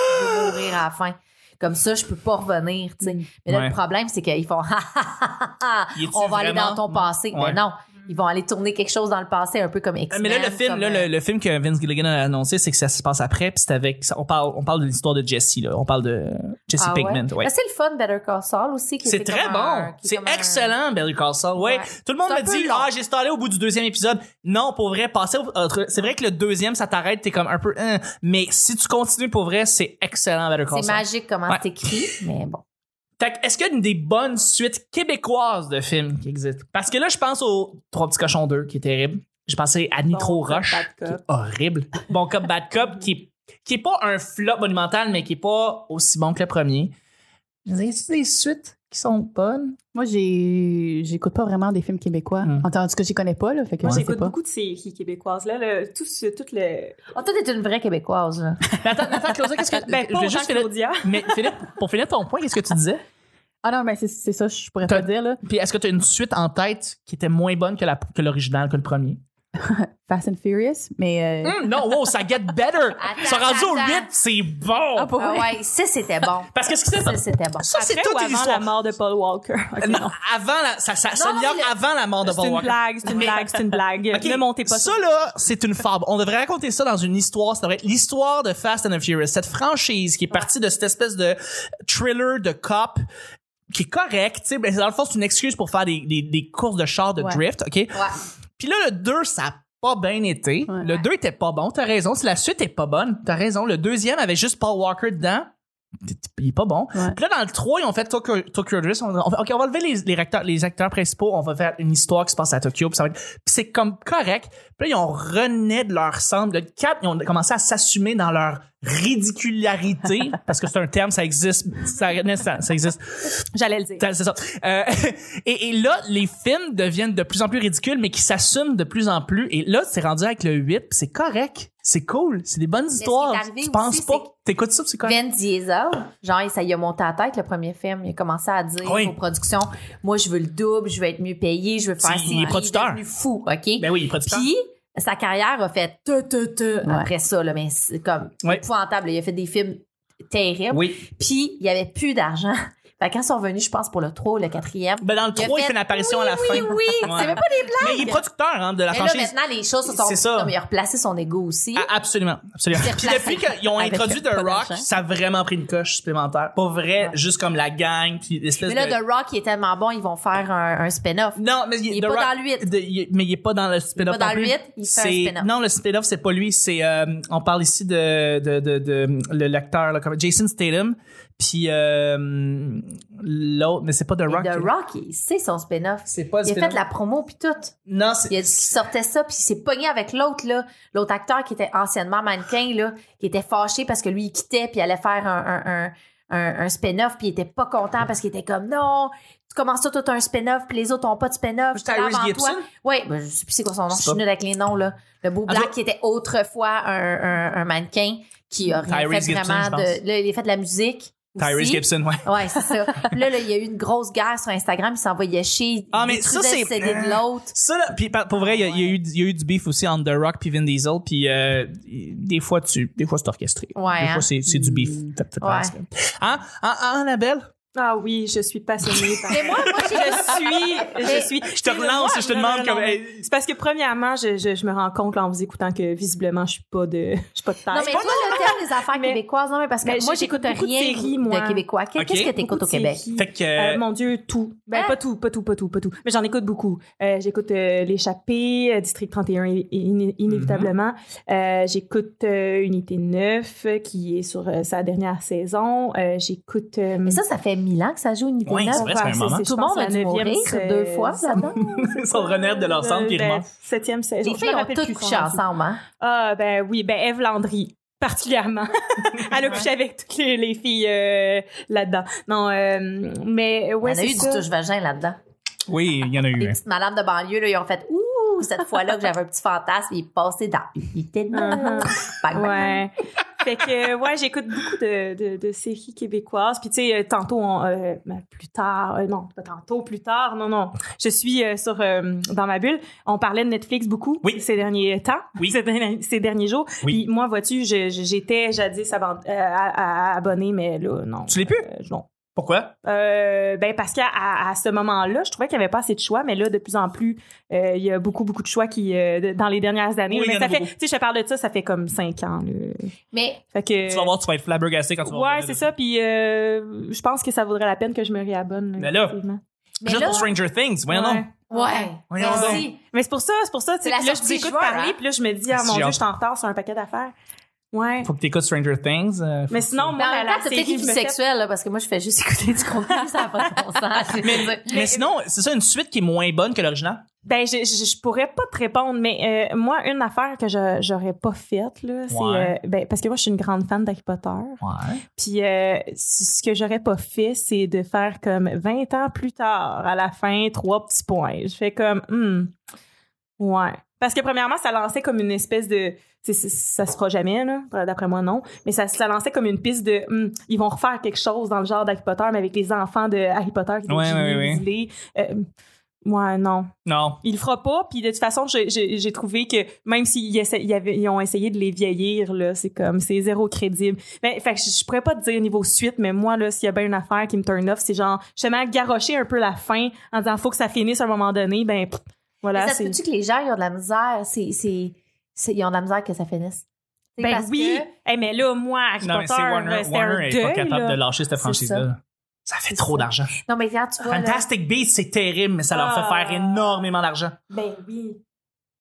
Speaker 2: vais mourir à la fin. Comme ça, je peux pas revenir. tu sais. Mais là,
Speaker 1: Mm. Ouais.
Speaker 2: le problème, c'est qu'ils font Ha, ha, ha, ha,
Speaker 1: Y est-tu
Speaker 2: On va aller dans
Speaker 1: vraiment-
Speaker 2: ton passé. Mais
Speaker 1: Ouais.
Speaker 2: non, ils vont aller tourner quelque chose dans le passé, un peu comme
Speaker 1: Ah,
Speaker 2: X-Men.
Speaker 1: Mais là, le film,
Speaker 2: comme,
Speaker 1: là,
Speaker 2: euh,
Speaker 1: le, le film que Vince Gilligan a annoncé, c'est que ça se passe après, puis c'est avec. ça- On parle, on parle de l'histoire de Jesse, là. On parle de Jesse
Speaker 2: ah ouais.
Speaker 1: Pinkman, ouais.
Speaker 2: Ben, c'est le fun, Better Call Saul aussi. qui
Speaker 1: C'est
Speaker 2: était
Speaker 1: très
Speaker 2: comme
Speaker 1: bon.
Speaker 2: un- qui est
Speaker 1: c'est
Speaker 2: comme un-
Speaker 1: excellent, Better Call Saul. Ouais.
Speaker 2: Ouais.
Speaker 1: Tout le monde
Speaker 2: C'est un
Speaker 1: me
Speaker 2: peu
Speaker 1: dit,
Speaker 2: long.
Speaker 1: ah, j'ai stallé au bout du deuxième épisode. Non, pour vrai, passer au- autre- C'est vrai que le deuxième, ça t'arrête, t'es comme un peu, Hein. mais si tu continues pour vrai, c'est excellent, Better Call
Speaker 2: C'est
Speaker 1: Saul.
Speaker 2: magique comment
Speaker 1: Ouais.
Speaker 2: c'est écrit, mais bon.
Speaker 1: Fait que, est-ce qu'il y a une des bonnes suites québécoises de films qui existent? Parce que là, je pense aux Trois petits cochons 2, qui est terrible. Je pensais à Nitro
Speaker 4: Cop,
Speaker 1: Rush,
Speaker 4: Bad Cop.
Speaker 1: qui est horrible. Bon Cop, Bad Cop, qui est, qui est pas un flop monumental, mais qui est pas aussi bon que le premier. Y a-t-il des suites qui sont bonnes?
Speaker 4: Moi, j'ai, j'écoute pas vraiment des films québécois.
Speaker 1: Hmm.
Speaker 4: En tout cas, j'y connais pas, là. Fait que
Speaker 3: Moi,
Speaker 4: je sais
Speaker 3: j'écoute
Speaker 4: pas.
Speaker 3: beaucoup de séries québécoises. Là, le- tout, ce- tout
Speaker 1: Euh,
Speaker 3: le.
Speaker 1: Ah,
Speaker 2: Oh, toi, t'es une vraie Québécoise, là.
Speaker 1: Mais attends, attends, Claudia, qu'est-ce que.
Speaker 3: Ben,
Speaker 1: je
Speaker 3: pas
Speaker 1: vais
Speaker 3: autant
Speaker 1: juste
Speaker 3: que
Speaker 1: finir-
Speaker 3: Claudia.
Speaker 1: Mais Philippe, pour finir ton point, qu'est-ce que tu disais?
Speaker 4: Ah non, mais c'est, c'est ça, je pourrais
Speaker 1: T'as-
Speaker 4: pas dire, là.
Speaker 1: Puis est-ce que tu as une suite en tête qui était moins bonne que la- que l'original, que, le premier?
Speaker 4: Fast and Furious, mais. euh,
Speaker 1: Hum, non, wow, ça get better!
Speaker 2: Attends,
Speaker 1: Ça rendu au
Speaker 2: attends.
Speaker 1: 8, c'est bon!
Speaker 4: Ah, pour
Speaker 2: Ah
Speaker 4: vrai?
Speaker 2: ouais, ça, c'était bon.
Speaker 1: Parce que ce qui s'est
Speaker 2: Ça, c'était bon.
Speaker 1: Ça, c'est
Speaker 3: Après
Speaker 1: toute
Speaker 3: ou
Speaker 1: une
Speaker 3: avant la
Speaker 1: histoire.
Speaker 3: mort de Paul Walker. Ok,
Speaker 1: Non,
Speaker 3: non.
Speaker 1: avant la, ça, ça, ça
Speaker 2: non,
Speaker 1: vient
Speaker 2: mais le-
Speaker 1: avant la mort de
Speaker 3: C'est
Speaker 1: Paul
Speaker 3: une
Speaker 1: Walker.
Speaker 3: blague, c'est une
Speaker 1: Mais-
Speaker 3: blague, c'est une blague.
Speaker 1: Ok,
Speaker 3: Ne montez pas ça.
Speaker 1: Ça, là, c'est une fable. On devrait raconter ça dans une histoire. Ça devrait être l'histoire de Fast and the Furious. Cette franchise qui est partie de cette espèce de thriller de cop qui est correct, tu sais, mais dans le fond, c'est une excuse pour faire des, des, des courses de chars de
Speaker 4: Ouais.
Speaker 1: drift, OK?
Speaker 2: Ouais.
Speaker 1: Puis là, le 2, ça a pas bien été.
Speaker 4: Ouais.
Speaker 1: Le 2 était pas bon, t'as raison. Si la suite est pas bonne, t'as raison. Le deuxième avait juste Paul Walker dedans. Il est pas bon.
Speaker 4: Ouais.
Speaker 1: Puis là, dans le 3, ils ont fait Tokyo, Tokyo Drift. On, on fait, OK, on va lever les, les, acteurs, les acteurs principaux. On va faire une histoire qui se passe à Tokyo. Puis, ça va être- puis c'est comme correct. Puis là, ils ont renaît de leur semble. Le 4, ils ont commencé à s'assumer dans leur ridicularité. parce que c'est un terme, ça existe. Ça, ça- ça existe.
Speaker 3: J'allais le dire.
Speaker 1: T'as- C'est ça. Euh, et, et là, les films deviennent de plus en plus ridicules, mais qui s'assument de plus en plus. Et là, c'est rendu avec le 8, puis c'est correct. C'est cool. C'est des bonnes
Speaker 2: qui est
Speaker 1: histoires.
Speaker 2: arrivé
Speaker 1: Tu penses
Speaker 2: aussi,
Speaker 1: pas.
Speaker 2: c'est-
Speaker 1: T'écoutes ça, puis c'est correct.
Speaker 2: Vin Diesel, genre, ça y a monté à la tête, le premier film. Il a commencé à dire
Speaker 1: Oui.
Speaker 2: aux productions Moi, je veux le double, je veux être mieux payé, je veux faire
Speaker 1: C'est-
Speaker 2: ci.
Speaker 1: il est producteur.
Speaker 2: devenu fou, OK?
Speaker 1: Ben oui, il est producteur.
Speaker 2: Puis, sa carrière a fait te, te, te après ça, là, mais c'est comme
Speaker 1: Ouais.
Speaker 2: épouvantable. Il a fait des films terribles.
Speaker 1: Oui.
Speaker 2: Puis, il n'y avait plus d'argent. Fait que quand ils sont revenus, je pense, pour le 3 ou le 4e,
Speaker 1: Ben dans le
Speaker 2: Il a
Speaker 1: 3, il
Speaker 2: fait-
Speaker 1: fait une apparition à la
Speaker 2: oui,
Speaker 1: fin.
Speaker 2: oui, c'est
Speaker 1: Ouais.
Speaker 2: même pas des blagues.
Speaker 1: Mais il est producteur hein, de la
Speaker 2: Mais là,
Speaker 1: franchise.
Speaker 2: maintenant, les choses se
Speaker 1: C'est
Speaker 2: sont.
Speaker 1: ça.
Speaker 2: Comme il a replacé son ego aussi.
Speaker 1: Ah, absolument, absolument.
Speaker 2: C'est
Speaker 1: Puis
Speaker 2: replacé Ah, ben,
Speaker 1: depuis qu'ils ont
Speaker 4: avec
Speaker 1: introduit The
Speaker 4: pas
Speaker 2: hein.
Speaker 1: Rock,
Speaker 4: d'argent.
Speaker 1: ça a vraiment pris une coche supplémentaire. Pas vrai, juste comme la gang, puis l'espèce
Speaker 2: Mais
Speaker 1: de...
Speaker 2: là, The Rock, il est tellement bon, ils vont faire un, un spin-off.
Speaker 1: Non, mais il,
Speaker 2: Il est
Speaker 1: The
Speaker 2: pas
Speaker 1: Rock-
Speaker 2: dans le huit.
Speaker 1: de- il- mais il est pas dans le spin-off.
Speaker 2: Il est pas
Speaker 1: non
Speaker 2: dans le
Speaker 1: plus.
Speaker 2: huit, il fait un
Speaker 1: C'est-
Speaker 2: spin-off.
Speaker 1: Non, le spin-off, c'est pas lui. C'est, euh, on parle ici de, de, de, de- le l'acteur, là, comme Jason Statham, puis euh, l'autre, mais c'est pas The
Speaker 2: Mais
Speaker 1: Rock.
Speaker 2: The Rock, il sait son spin-off.
Speaker 1: C'est pas le
Speaker 2: Il a
Speaker 1: spin-off.
Speaker 2: fait la promo puis tout.
Speaker 1: Non, c'est.
Speaker 2: Il a dit qu'il sortait ça puis il s'est pogné avec l'autre là, l'autre acteur qui était anciennement mannequin là, qui était fâché parce que lui il quittait puis il allait faire un, un, un, un- un spin-off puis il était pas content parce qu'il était comme non, tu commences ça tout un spin-off puis les autres ont pas de spin-off.
Speaker 1: C'est
Speaker 2: j'étais là
Speaker 1: Tyrese
Speaker 2: avant
Speaker 1: Gibson?
Speaker 2: toi. Ouais, ben, je sais plus c'est quoi son nom,
Speaker 1: C'est
Speaker 2: je suis
Speaker 1: pas-
Speaker 2: nulle avec les noms là. Le beau
Speaker 1: Ah,
Speaker 2: black
Speaker 1: je-
Speaker 2: qui était autrefois un, un, un mannequin qui a rien
Speaker 1: Tyrese
Speaker 2: fait
Speaker 1: Gibson,
Speaker 2: vraiment
Speaker 1: je pense.
Speaker 2: de là, il a fait de la musique.
Speaker 1: Tyrese
Speaker 2: aussi.
Speaker 1: Gibson, ouais.
Speaker 2: Ouais, c'est ça. Puis là, là, il y a eu une grosse guerre sur Instagram, il s'envoyait chier.
Speaker 1: Ah,
Speaker 2: il
Speaker 1: mais ça,
Speaker 2: détruisait le
Speaker 1: c'est-
Speaker 2: CD de l'autre.
Speaker 1: Ça, là, puis par- pour vrai, il y a- il y, a eu- il y a eu du beef aussi entre The Rock puis Vin Diesel, puis euh, des fois, tu, des fois, c'est orchestré.
Speaker 2: Ouais,
Speaker 1: Des
Speaker 2: hein.
Speaker 1: fois, c'est, c'est du beef. T'as peut-être
Speaker 2: Ouais.
Speaker 1: raison. Hein? Hein, hein, Annabelle?
Speaker 3: Ah oui, je suis passionnée par
Speaker 2: Mais moi, moi,
Speaker 3: je
Speaker 2: j'ai
Speaker 3: suis,
Speaker 2: Mais-
Speaker 3: je suis.
Speaker 1: Je te relance, je te demande comme- hey.
Speaker 3: C'est parce que premièrement, je, je, je me rends compte là, en vous écoutant que visiblement, je suis pas de, je suis pas de taille.
Speaker 2: Non, mais toi, le terme des affaires
Speaker 3: Mais-
Speaker 2: québécoises, non, mais parce que
Speaker 3: mais
Speaker 2: moi,
Speaker 3: j'écoute
Speaker 2: j'écoute
Speaker 3: beaucoup de
Speaker 2: rien de,
Speaker 3: séries, moi.
Speaker 2: québécois. Qu'est-
Speaker 1: Ok.
Speaker 2: Qu'est-ce que t'écoutes au
Speaker 3: Beaucoup de
Speaker 2: Québec?
Speaker 3: séries.
Speaker 1: Fait que. Ah!
Speaker 3: Euh, mon Dieu, tout. Ben,
Speaker 2: Hein?
Speaker 3: pas tout, pas tout, pas tout, pas tout. Mais j'en écoute beaucoup. Euh, j'écoute euh, L'échappée, euh, District 31, i-
Speaker 1: Mhm.
Speaker 3: in- inévitablement. Euh, j'écoute euh, Unité 9, euh, qui est sur euh, sa dernière saison. Euh, j'écoute. euh,
Speaker 2: Mais ça, ça fait mille ans que ça joue une
Speaker 1: Ouais,
Speaker 2: Nintendo.
Speaker 1: c'est vrai, ça fait un moment.
Speaker 2: Tout le monde a dû mourir deux fois là-dedans.
Speaker 3: Euh,
Speaker 1: Ils sont renaître de leur centre puis ils remontent.
Speaker 3: ben, Septième saison.
Speaker 2: Les
Speaker 3: Je
Speaker 2: filles
Speaker 3: me
Speaker 2: ont
Speaker 3: rappelle
Speaker 2: toutes
Speaker 3: plus
Speaker 2: couché
Speaker 3: comment on dit.
Speaker 2: ensemble, hein?
Speaker 3: Ah, ben oui, ben Eve Landry, particulièrement. Elle a couché avec toutes les, les filles euh, là-dedans. Non, euh, mais
Speaker 2: On
Speaker 3: ouais,
Speaker 2: a
Speaker 3: c'est
Speaker 2: eu
Speaker 3: ça.
Speaker 2: du touche-vagin là-dedans.
Speaker 1: Oui, il y en a eu.
Speaker 2: Les
Speaker 1: hein.
Speaker 2: petites madames de banlieue, là, ils ont fait Ouh, cette fois-là que j'avais un petit fantasme, il est passé dans une
Speaker 3: Uh-huh.
Speaker 2: Nintendo.
Speaker 3: Ouais. fait que, ouais, j'écoute beaucoup de, de, de séries québécoises. Puis, tu sais, euh, tantôt, on, euh, ben, plus tard, euh, non, pas tantôt, plus tard, non, non. Je suis euh, sur, euh, dans ma bulle. On parlait de Netflix beaucoup
Speaker 1: Oui.
Speaker 3: ces derniers temps,
Speaker 1: Oui.
Speaker 3: ces, derniers, ces derniers jours.
Speaker 1: Oui.
Speaker 3: Puis, moi, vois-tu, je- je- j'étais jadis avant- euh, à- à- abonnée, mais là, non.
Speaker 1: Tu l'es plus?
Speaker 3: Euh, non.
Speaker 1: Pourquoi?
Speaker 3: Euh, ben parce qu'à à, à ce moment-là, je trouvais qu'il n'y avait pas assez de choix, mais là, de plus en plus, euh, il y a beaucoup, beaucoup de choix qui, euh, de- dans les dernières années.
Speaker 1: Oui, il y
Speaker 3: mais
Speaker 1: en
Speaker 3: ça
Speaker 1: a
Speaker 3: fait,
Speaker 1: beaucoup.
Speaker 3: tu sais, je parle de ça, ça fait comme cinq ans. là.
Speaker 2: Mais
Speaker 3: Fait que,
Speaker 1: Tu vas voir, tu vas être flabbergasté quand tu vas
Speaker 3: Ouais,
Speaker 1: revenir
Speaker 3: c'est
Speaker 1: de-
Speaker 3: ça. Puis euh, je pense que ça vaudrait la peine que je me réabonne.
Speaker 1: Mais là-
Speaker 3: effectivement.
Speaker 2: mais
Speaker 1: Juste
Speaker 2: là,
Speaker 1: pour Stranger Things, voyons
Speaker 3: Ouais.
Speaker 1: non.
Speaker 2: ouais,
Speaker 1: Voyons
Speaker 2: merci.
Speaker 3: Mais c'est pour ça, c'est pour ça. tu
Speaker 2: C'est
Speaker 3: sais,
Speaker 2: la
Speaker 3: puis là, je
Speaker 2: sortie
Speaker 3: t'écoute
Speaker 2: joueur,
Speaker 3: parler,
Speaker 2: hein?
Speaker 3: puis là, je me dis, ah mon
Speaker 1: Si,
Speaker 3: Dieu,
Speaker 1: on-
Speaker 3: je suis en retard sur un paquet d'affaires. Ouais.
Speaker 1: Faut que t'écoutes Stranger Things. euh, faut
Speaker 3: Mais
Speaker 1: que-
Speaker 3: sinon,
Speaker 2: Mais
Speaker 3: moi,
Speaker 2: en
Speaker 3: la,
Speaker 2: même temps,
Speaker 3: la
Speaker 2: c'est peut-être
Speaker 3: série, je me tape-
Speaker 2: sexuelle, là, parce que moi, je fais juste écouter du contenu, ça n'a pas de bon sens.
Speaker 1: Mais sinon, c'est ça une suite qui est moins bonne que l'original?
Speaker 3: Ben, je, je, je pourrais pas te répondre, mais euh, moi, une affaire que je- j'aurais pas faite, là, c'est.
Speaker 1: Ouais.
Speaker 3: euh, ben, parce que moi, je suis une grande fan d'Harry Potter.
Speaker 1: Ouais.
Speaker 3: Puis, euh, c- ce que j'aurais pas fait, c'est de faire comme 20 ans plus tard, à la fin, trois petits points. Je fais comme, hmm, ouais. Parce que, premièrement, ça lançait comme une espèce de. tu sais, c- Ça se fera jamais, là, d'après moi, non. Mais ça, ça lançait comme une piste de. hmm, ils vont refaire quelque chose dans le genre d'Harry Potter, mais avec les enfants de Harry Potter qui sont
Speaker 1: Ouais, ouais, ouais.
Speaker 3: Euh, ouais, non.
Speaker 1: Non.
Speaker 3: Il le fera pas, puis de toute façon, j'ai- j'ai j'ai trouvé que même s'ils essa- ils avaient- ils ont essayé de les vieillir, là, c'est comme, c'est zéro crédible. Mais, fait que je, je pourrais pas te dire niveau suite, mais moi, là, s'il y a bien une affaire qui me turn off, c'est genre, justement, garrocher un peu la fin en disant, faut que ça finisse à un moment donné, ben, pff, voilà,
Speaker 2: Mais ça se
Speaker 3: c'est...
Speaker 2: peut-tu que les gens, ils ont de la misère? C'est, c'est, c'est- ils ont de la misère que ça finisse. C'est
Speaker 3: Ben
Speaker 2: parce
Speaker 3: oui!
Speaker 2: que-
Speaker 3: Eh, mais là, moi, Harry
Speaker 1: Non, mais c'est
Speaker 3: Potter,
Speaker 1: Warner.
Speaker 3: là, c'était
Speaker 1: Warner
Speaker 3: un
Speaker 1: est pas
Speaker 3: deuil,
Speaker 1: capable
Speaker 3: là.
Speaker 1: de lâcher cette
Speaker 2: C'est
Speaker 1: franchise-là. Ça fait
Speaker 2: C'est
Speaker 1: trop
Speaker 2: ça.
Speaker 1: d'argent.
Speaker 2: Non, mais quand tu vois. là-
Speaker 1: Fantastic Beasts, c'est terrible, mais ça leur fait
Speaker 3: Ah.
Speaker 1: faire énormément d'argent.
Speaker 3: Ben oui,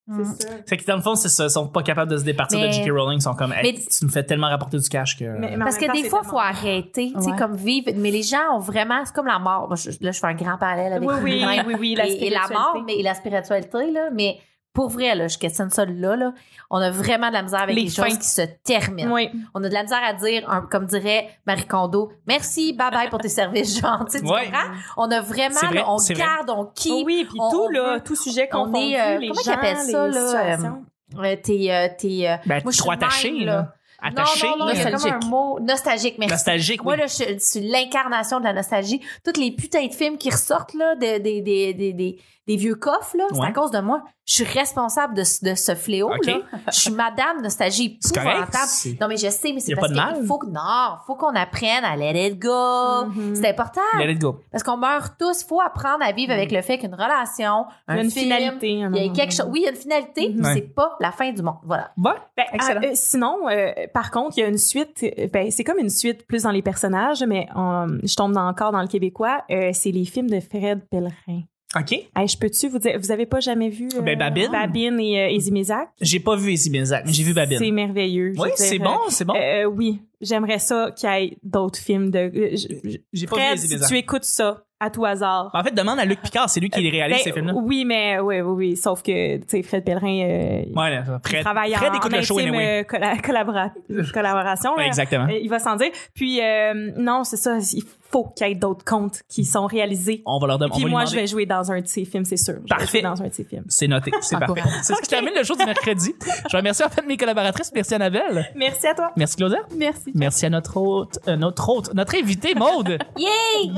Speaker 2: Mm.
Speaker 3: c'est ça.
Speaker 1: Fait que dans le fond, c'est ça. Ils sont pas capables de se départir de
Speaker 2: Mais-
Speaker 1: J.K. Rowling. Ils sont comme, Hey,
Speaker 2: Mais-
Speaker 1: tu me fais tellement rapporter du cash que.
Speaker 3: Mais- mais en
Speaker 2: Parce
Speaker 3: même
Speaker 2: que
Speaker 3: temps,
Speaker 2: des
Speaker 3: c'est
Speaker 2: fois, il faut
Speaker 3: tellement-
Speaker 2: arrêter, tu sais,
Speaker 3: Ouais.
Speaker 2: comme vivre. Mais les gens ont vraiment. C'est comme la mort. Moi, je- là, je fais un grand parallèle avec
Speaker 3: Oui,
Speaker 2: le
Speaker 3: oui,
Speaker 2: vivre.
Speaker 3: oui, oui, la
Speaker 2: et, et la mort,
Speaker 3: spiritualité.
Speaker 2: mais et la spiritualité, là, mais pour vrai, là, je questionne ça là, là. On a vraiment de la misère avec
Speaker 3: Les
Speaker 2: les,
Speaker 3: fins.
Speaker 2: choses qui se terminent.
Speaker 3: Oui.
Speaker 2: On a de la misère à dire, un- comme dirait Marie Kondo, merci, bye bye pour tes services, genre, tu sais, tu
Speaker 1: Ouais.
Speaker 2: comprends? On a vraiment,
Speaker 1: C'est vrai,
Speaker 2: là, on
Speaker 1: c'est vrai.
Speaker 2: garde, on keep
Speaker 3: Oh oui, puis
Speaker 2: on-
Speaker 3: tout,
Speaker 2: on
Speaker 3: là,
Speaker 2: veut-
Speaker 3: tout sujet
Speaker 2: on
Speaker 3: confondu,
Speaker 2: est, euh,
Speaker 3: les
Speaker 2: comment
Speaker 3: gens,
Speaker 2: ils appellent ça,
Speaker 3: les
Speaker 2: là, euh,
Speaker 3: situations.
Speaker 2: euh, tes, euh, tes, euh,
Speaker 1: Ben,
Speaker 2: moi, je suis
Speaker 1: trop
Speaker 2: de même,
Speaker 1: attaché,
Speaker 2: là.
Speaker 1: là. Attaché,
Speaker 2: non, non, non, il y a comme un
Speaker 1: nostalgique.
Speaker 2: mot nostalgique, merci.
Speaker 1: Nostalgique, oui.
Speaker 2: Moi, là, je, je suis l'incarnation de la nostalgie. Toutes les putains de films qui ressortent, là, des, des, des, des, des- des vieux coffres, là, c'est
Speaker 1: Ouais.
Speaker 2: à cause de moi. Je suis responsable de, ce- de ce fléau,
Speaker 1: OK.
Speaker 2: là. Je suis madame nostalgie
Speaker 1: C'est correct.
Speaker 2: épouvantable.
Speaker 1: c'est-
Speaker 2: Non, mais je sais, mais
Speaker 1: Y
Speaker 2: c'est
Speaker 1: a
Speaker 2: parce
Speaker 1: pas de mal.
Speaker 2: qu'il faut que, non, faut qu'on apprenne à let it go.
Speaker 3: Mhm.
Speaker 2: C'est important.
Speaker 1: Let Mhm. it go.
Speaker 2: Parce qu'on meurt tous. faut apprendre à vivre avec le fait qu'une relation,
Speaker 3: Il y a
Speaker 2: un
Speaker 3: une
Speaker 2: film,
Speaker 3: finalité. à un
Speaker 2: Il y a
Speaker 3: moment
Speaker 2: quelque
Speaker 3: donné.
Speaker 2: chose. Oui, il y a une finalité,
Speaker 3: Mhm.
Speaker 2: mais
Speaker 1: Ouais.
Speaker 2: c'est pas la fin du monde. Voilà.
Speaker 1: Bon.
Speaker 3: Ben,
Speaker 1: Excellent.
Speaker 3: ah, euh, sinon, euh, par contre, il y a une suite. euh, Ben, c'est comme une suite plus dans les personnages, mais euh, je tombe dans- encore dans le québécois. euh, c'est les films de Fred Pellerin.
Speaker 1: OK.
Speaker 3: Hey, je peux-tu vous dire, vous avez pas jamais vu euh,
Speaker 1: Ben, Babine.
Speaker 3: et, euh, et Zimizak?
Speaker 1: J'ai pas vu Izzy Benzac, mais j'ai vu
Speaker 3: C'est
Speaker 1: Babine.
Speaker 3: merveilleux. je
Speaker 1: Oui,
Speaker 3: veux dire,
Speaker 1: c'est bon, c'est bon.
Speaker 3: euh, euh, oui, j'aimerais ça qu'il y ait d'autres films de. euh, je- je-
Speaker 1: J'ai pas vu
Speaker 3: Fred,
Speaker 1: Izzy
Speaker 3: si
Speaker 1: Benzac.
Speaker 3: tu écoutes ça à tout hasard.
Speaker 1: En fait, demande à Luc Picard, c'est lui qui les réalise
Speaker 3: Ben,
Speaker 1: ces films-là.
Speaker 3: oui, mais oui, oui, oui. Sauf que, tu sais, Fred Pellerin, euh, il-
Speaker 1: Ouais, là, ça.
Speaker 3: il
Speaker 1: Fred,
Speaker 3: travaille
Speaker 1: Fred
Speaker 3: en,
Speaker 1: écoute
Speaker 3: en
Speaker 1: le show,
Speaker 3: intime,
Speaker 1: anyway.
Speaker 3: euh, colla- collabora- collaboration.
Speaker 1: Ouais,
Speaker 3: là.
Speaker 1: exactement.
Speaker 3: Euh, Il va sans dire. Puis, euh, non, c'est ça. Il faut qu'il y ait d'autres contes qui sont réalisés.
Speaker 1: On va leur demander.
Speaker 3: Puis
Speaker 1: on va
Speaker 3: moi,
Speaker 1: lui
Speaker 3: je
Speaker 1: demander.
Speaker 3: vais jouer dans un de ces films, c'est sûr. Je vais
Speaker 1: Parfait.
Speaker 3: jouer dans un de ces films.
Speaker 1: C'est noté, c'est parfait. C'est ce qui termine le show du mercredi. Je remercie en fait mes collaboratrices. Merci Annabelle.
Speaker 3: Merci à toi.
Speaker 1: Merci Claudia.
Speaker 4: Merci.
Speaker 1: Merci à notre hôte, euh, notre hôte, notre invité Maude.
Speaker 2: Yay!
Speaker 1: Yay!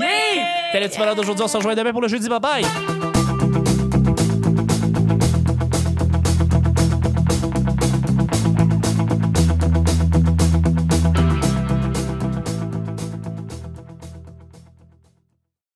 Speaker 1: Tel est le petit bonheur d'aujourd'hui. On se rejoint demain pour le jeudi. Bye bye.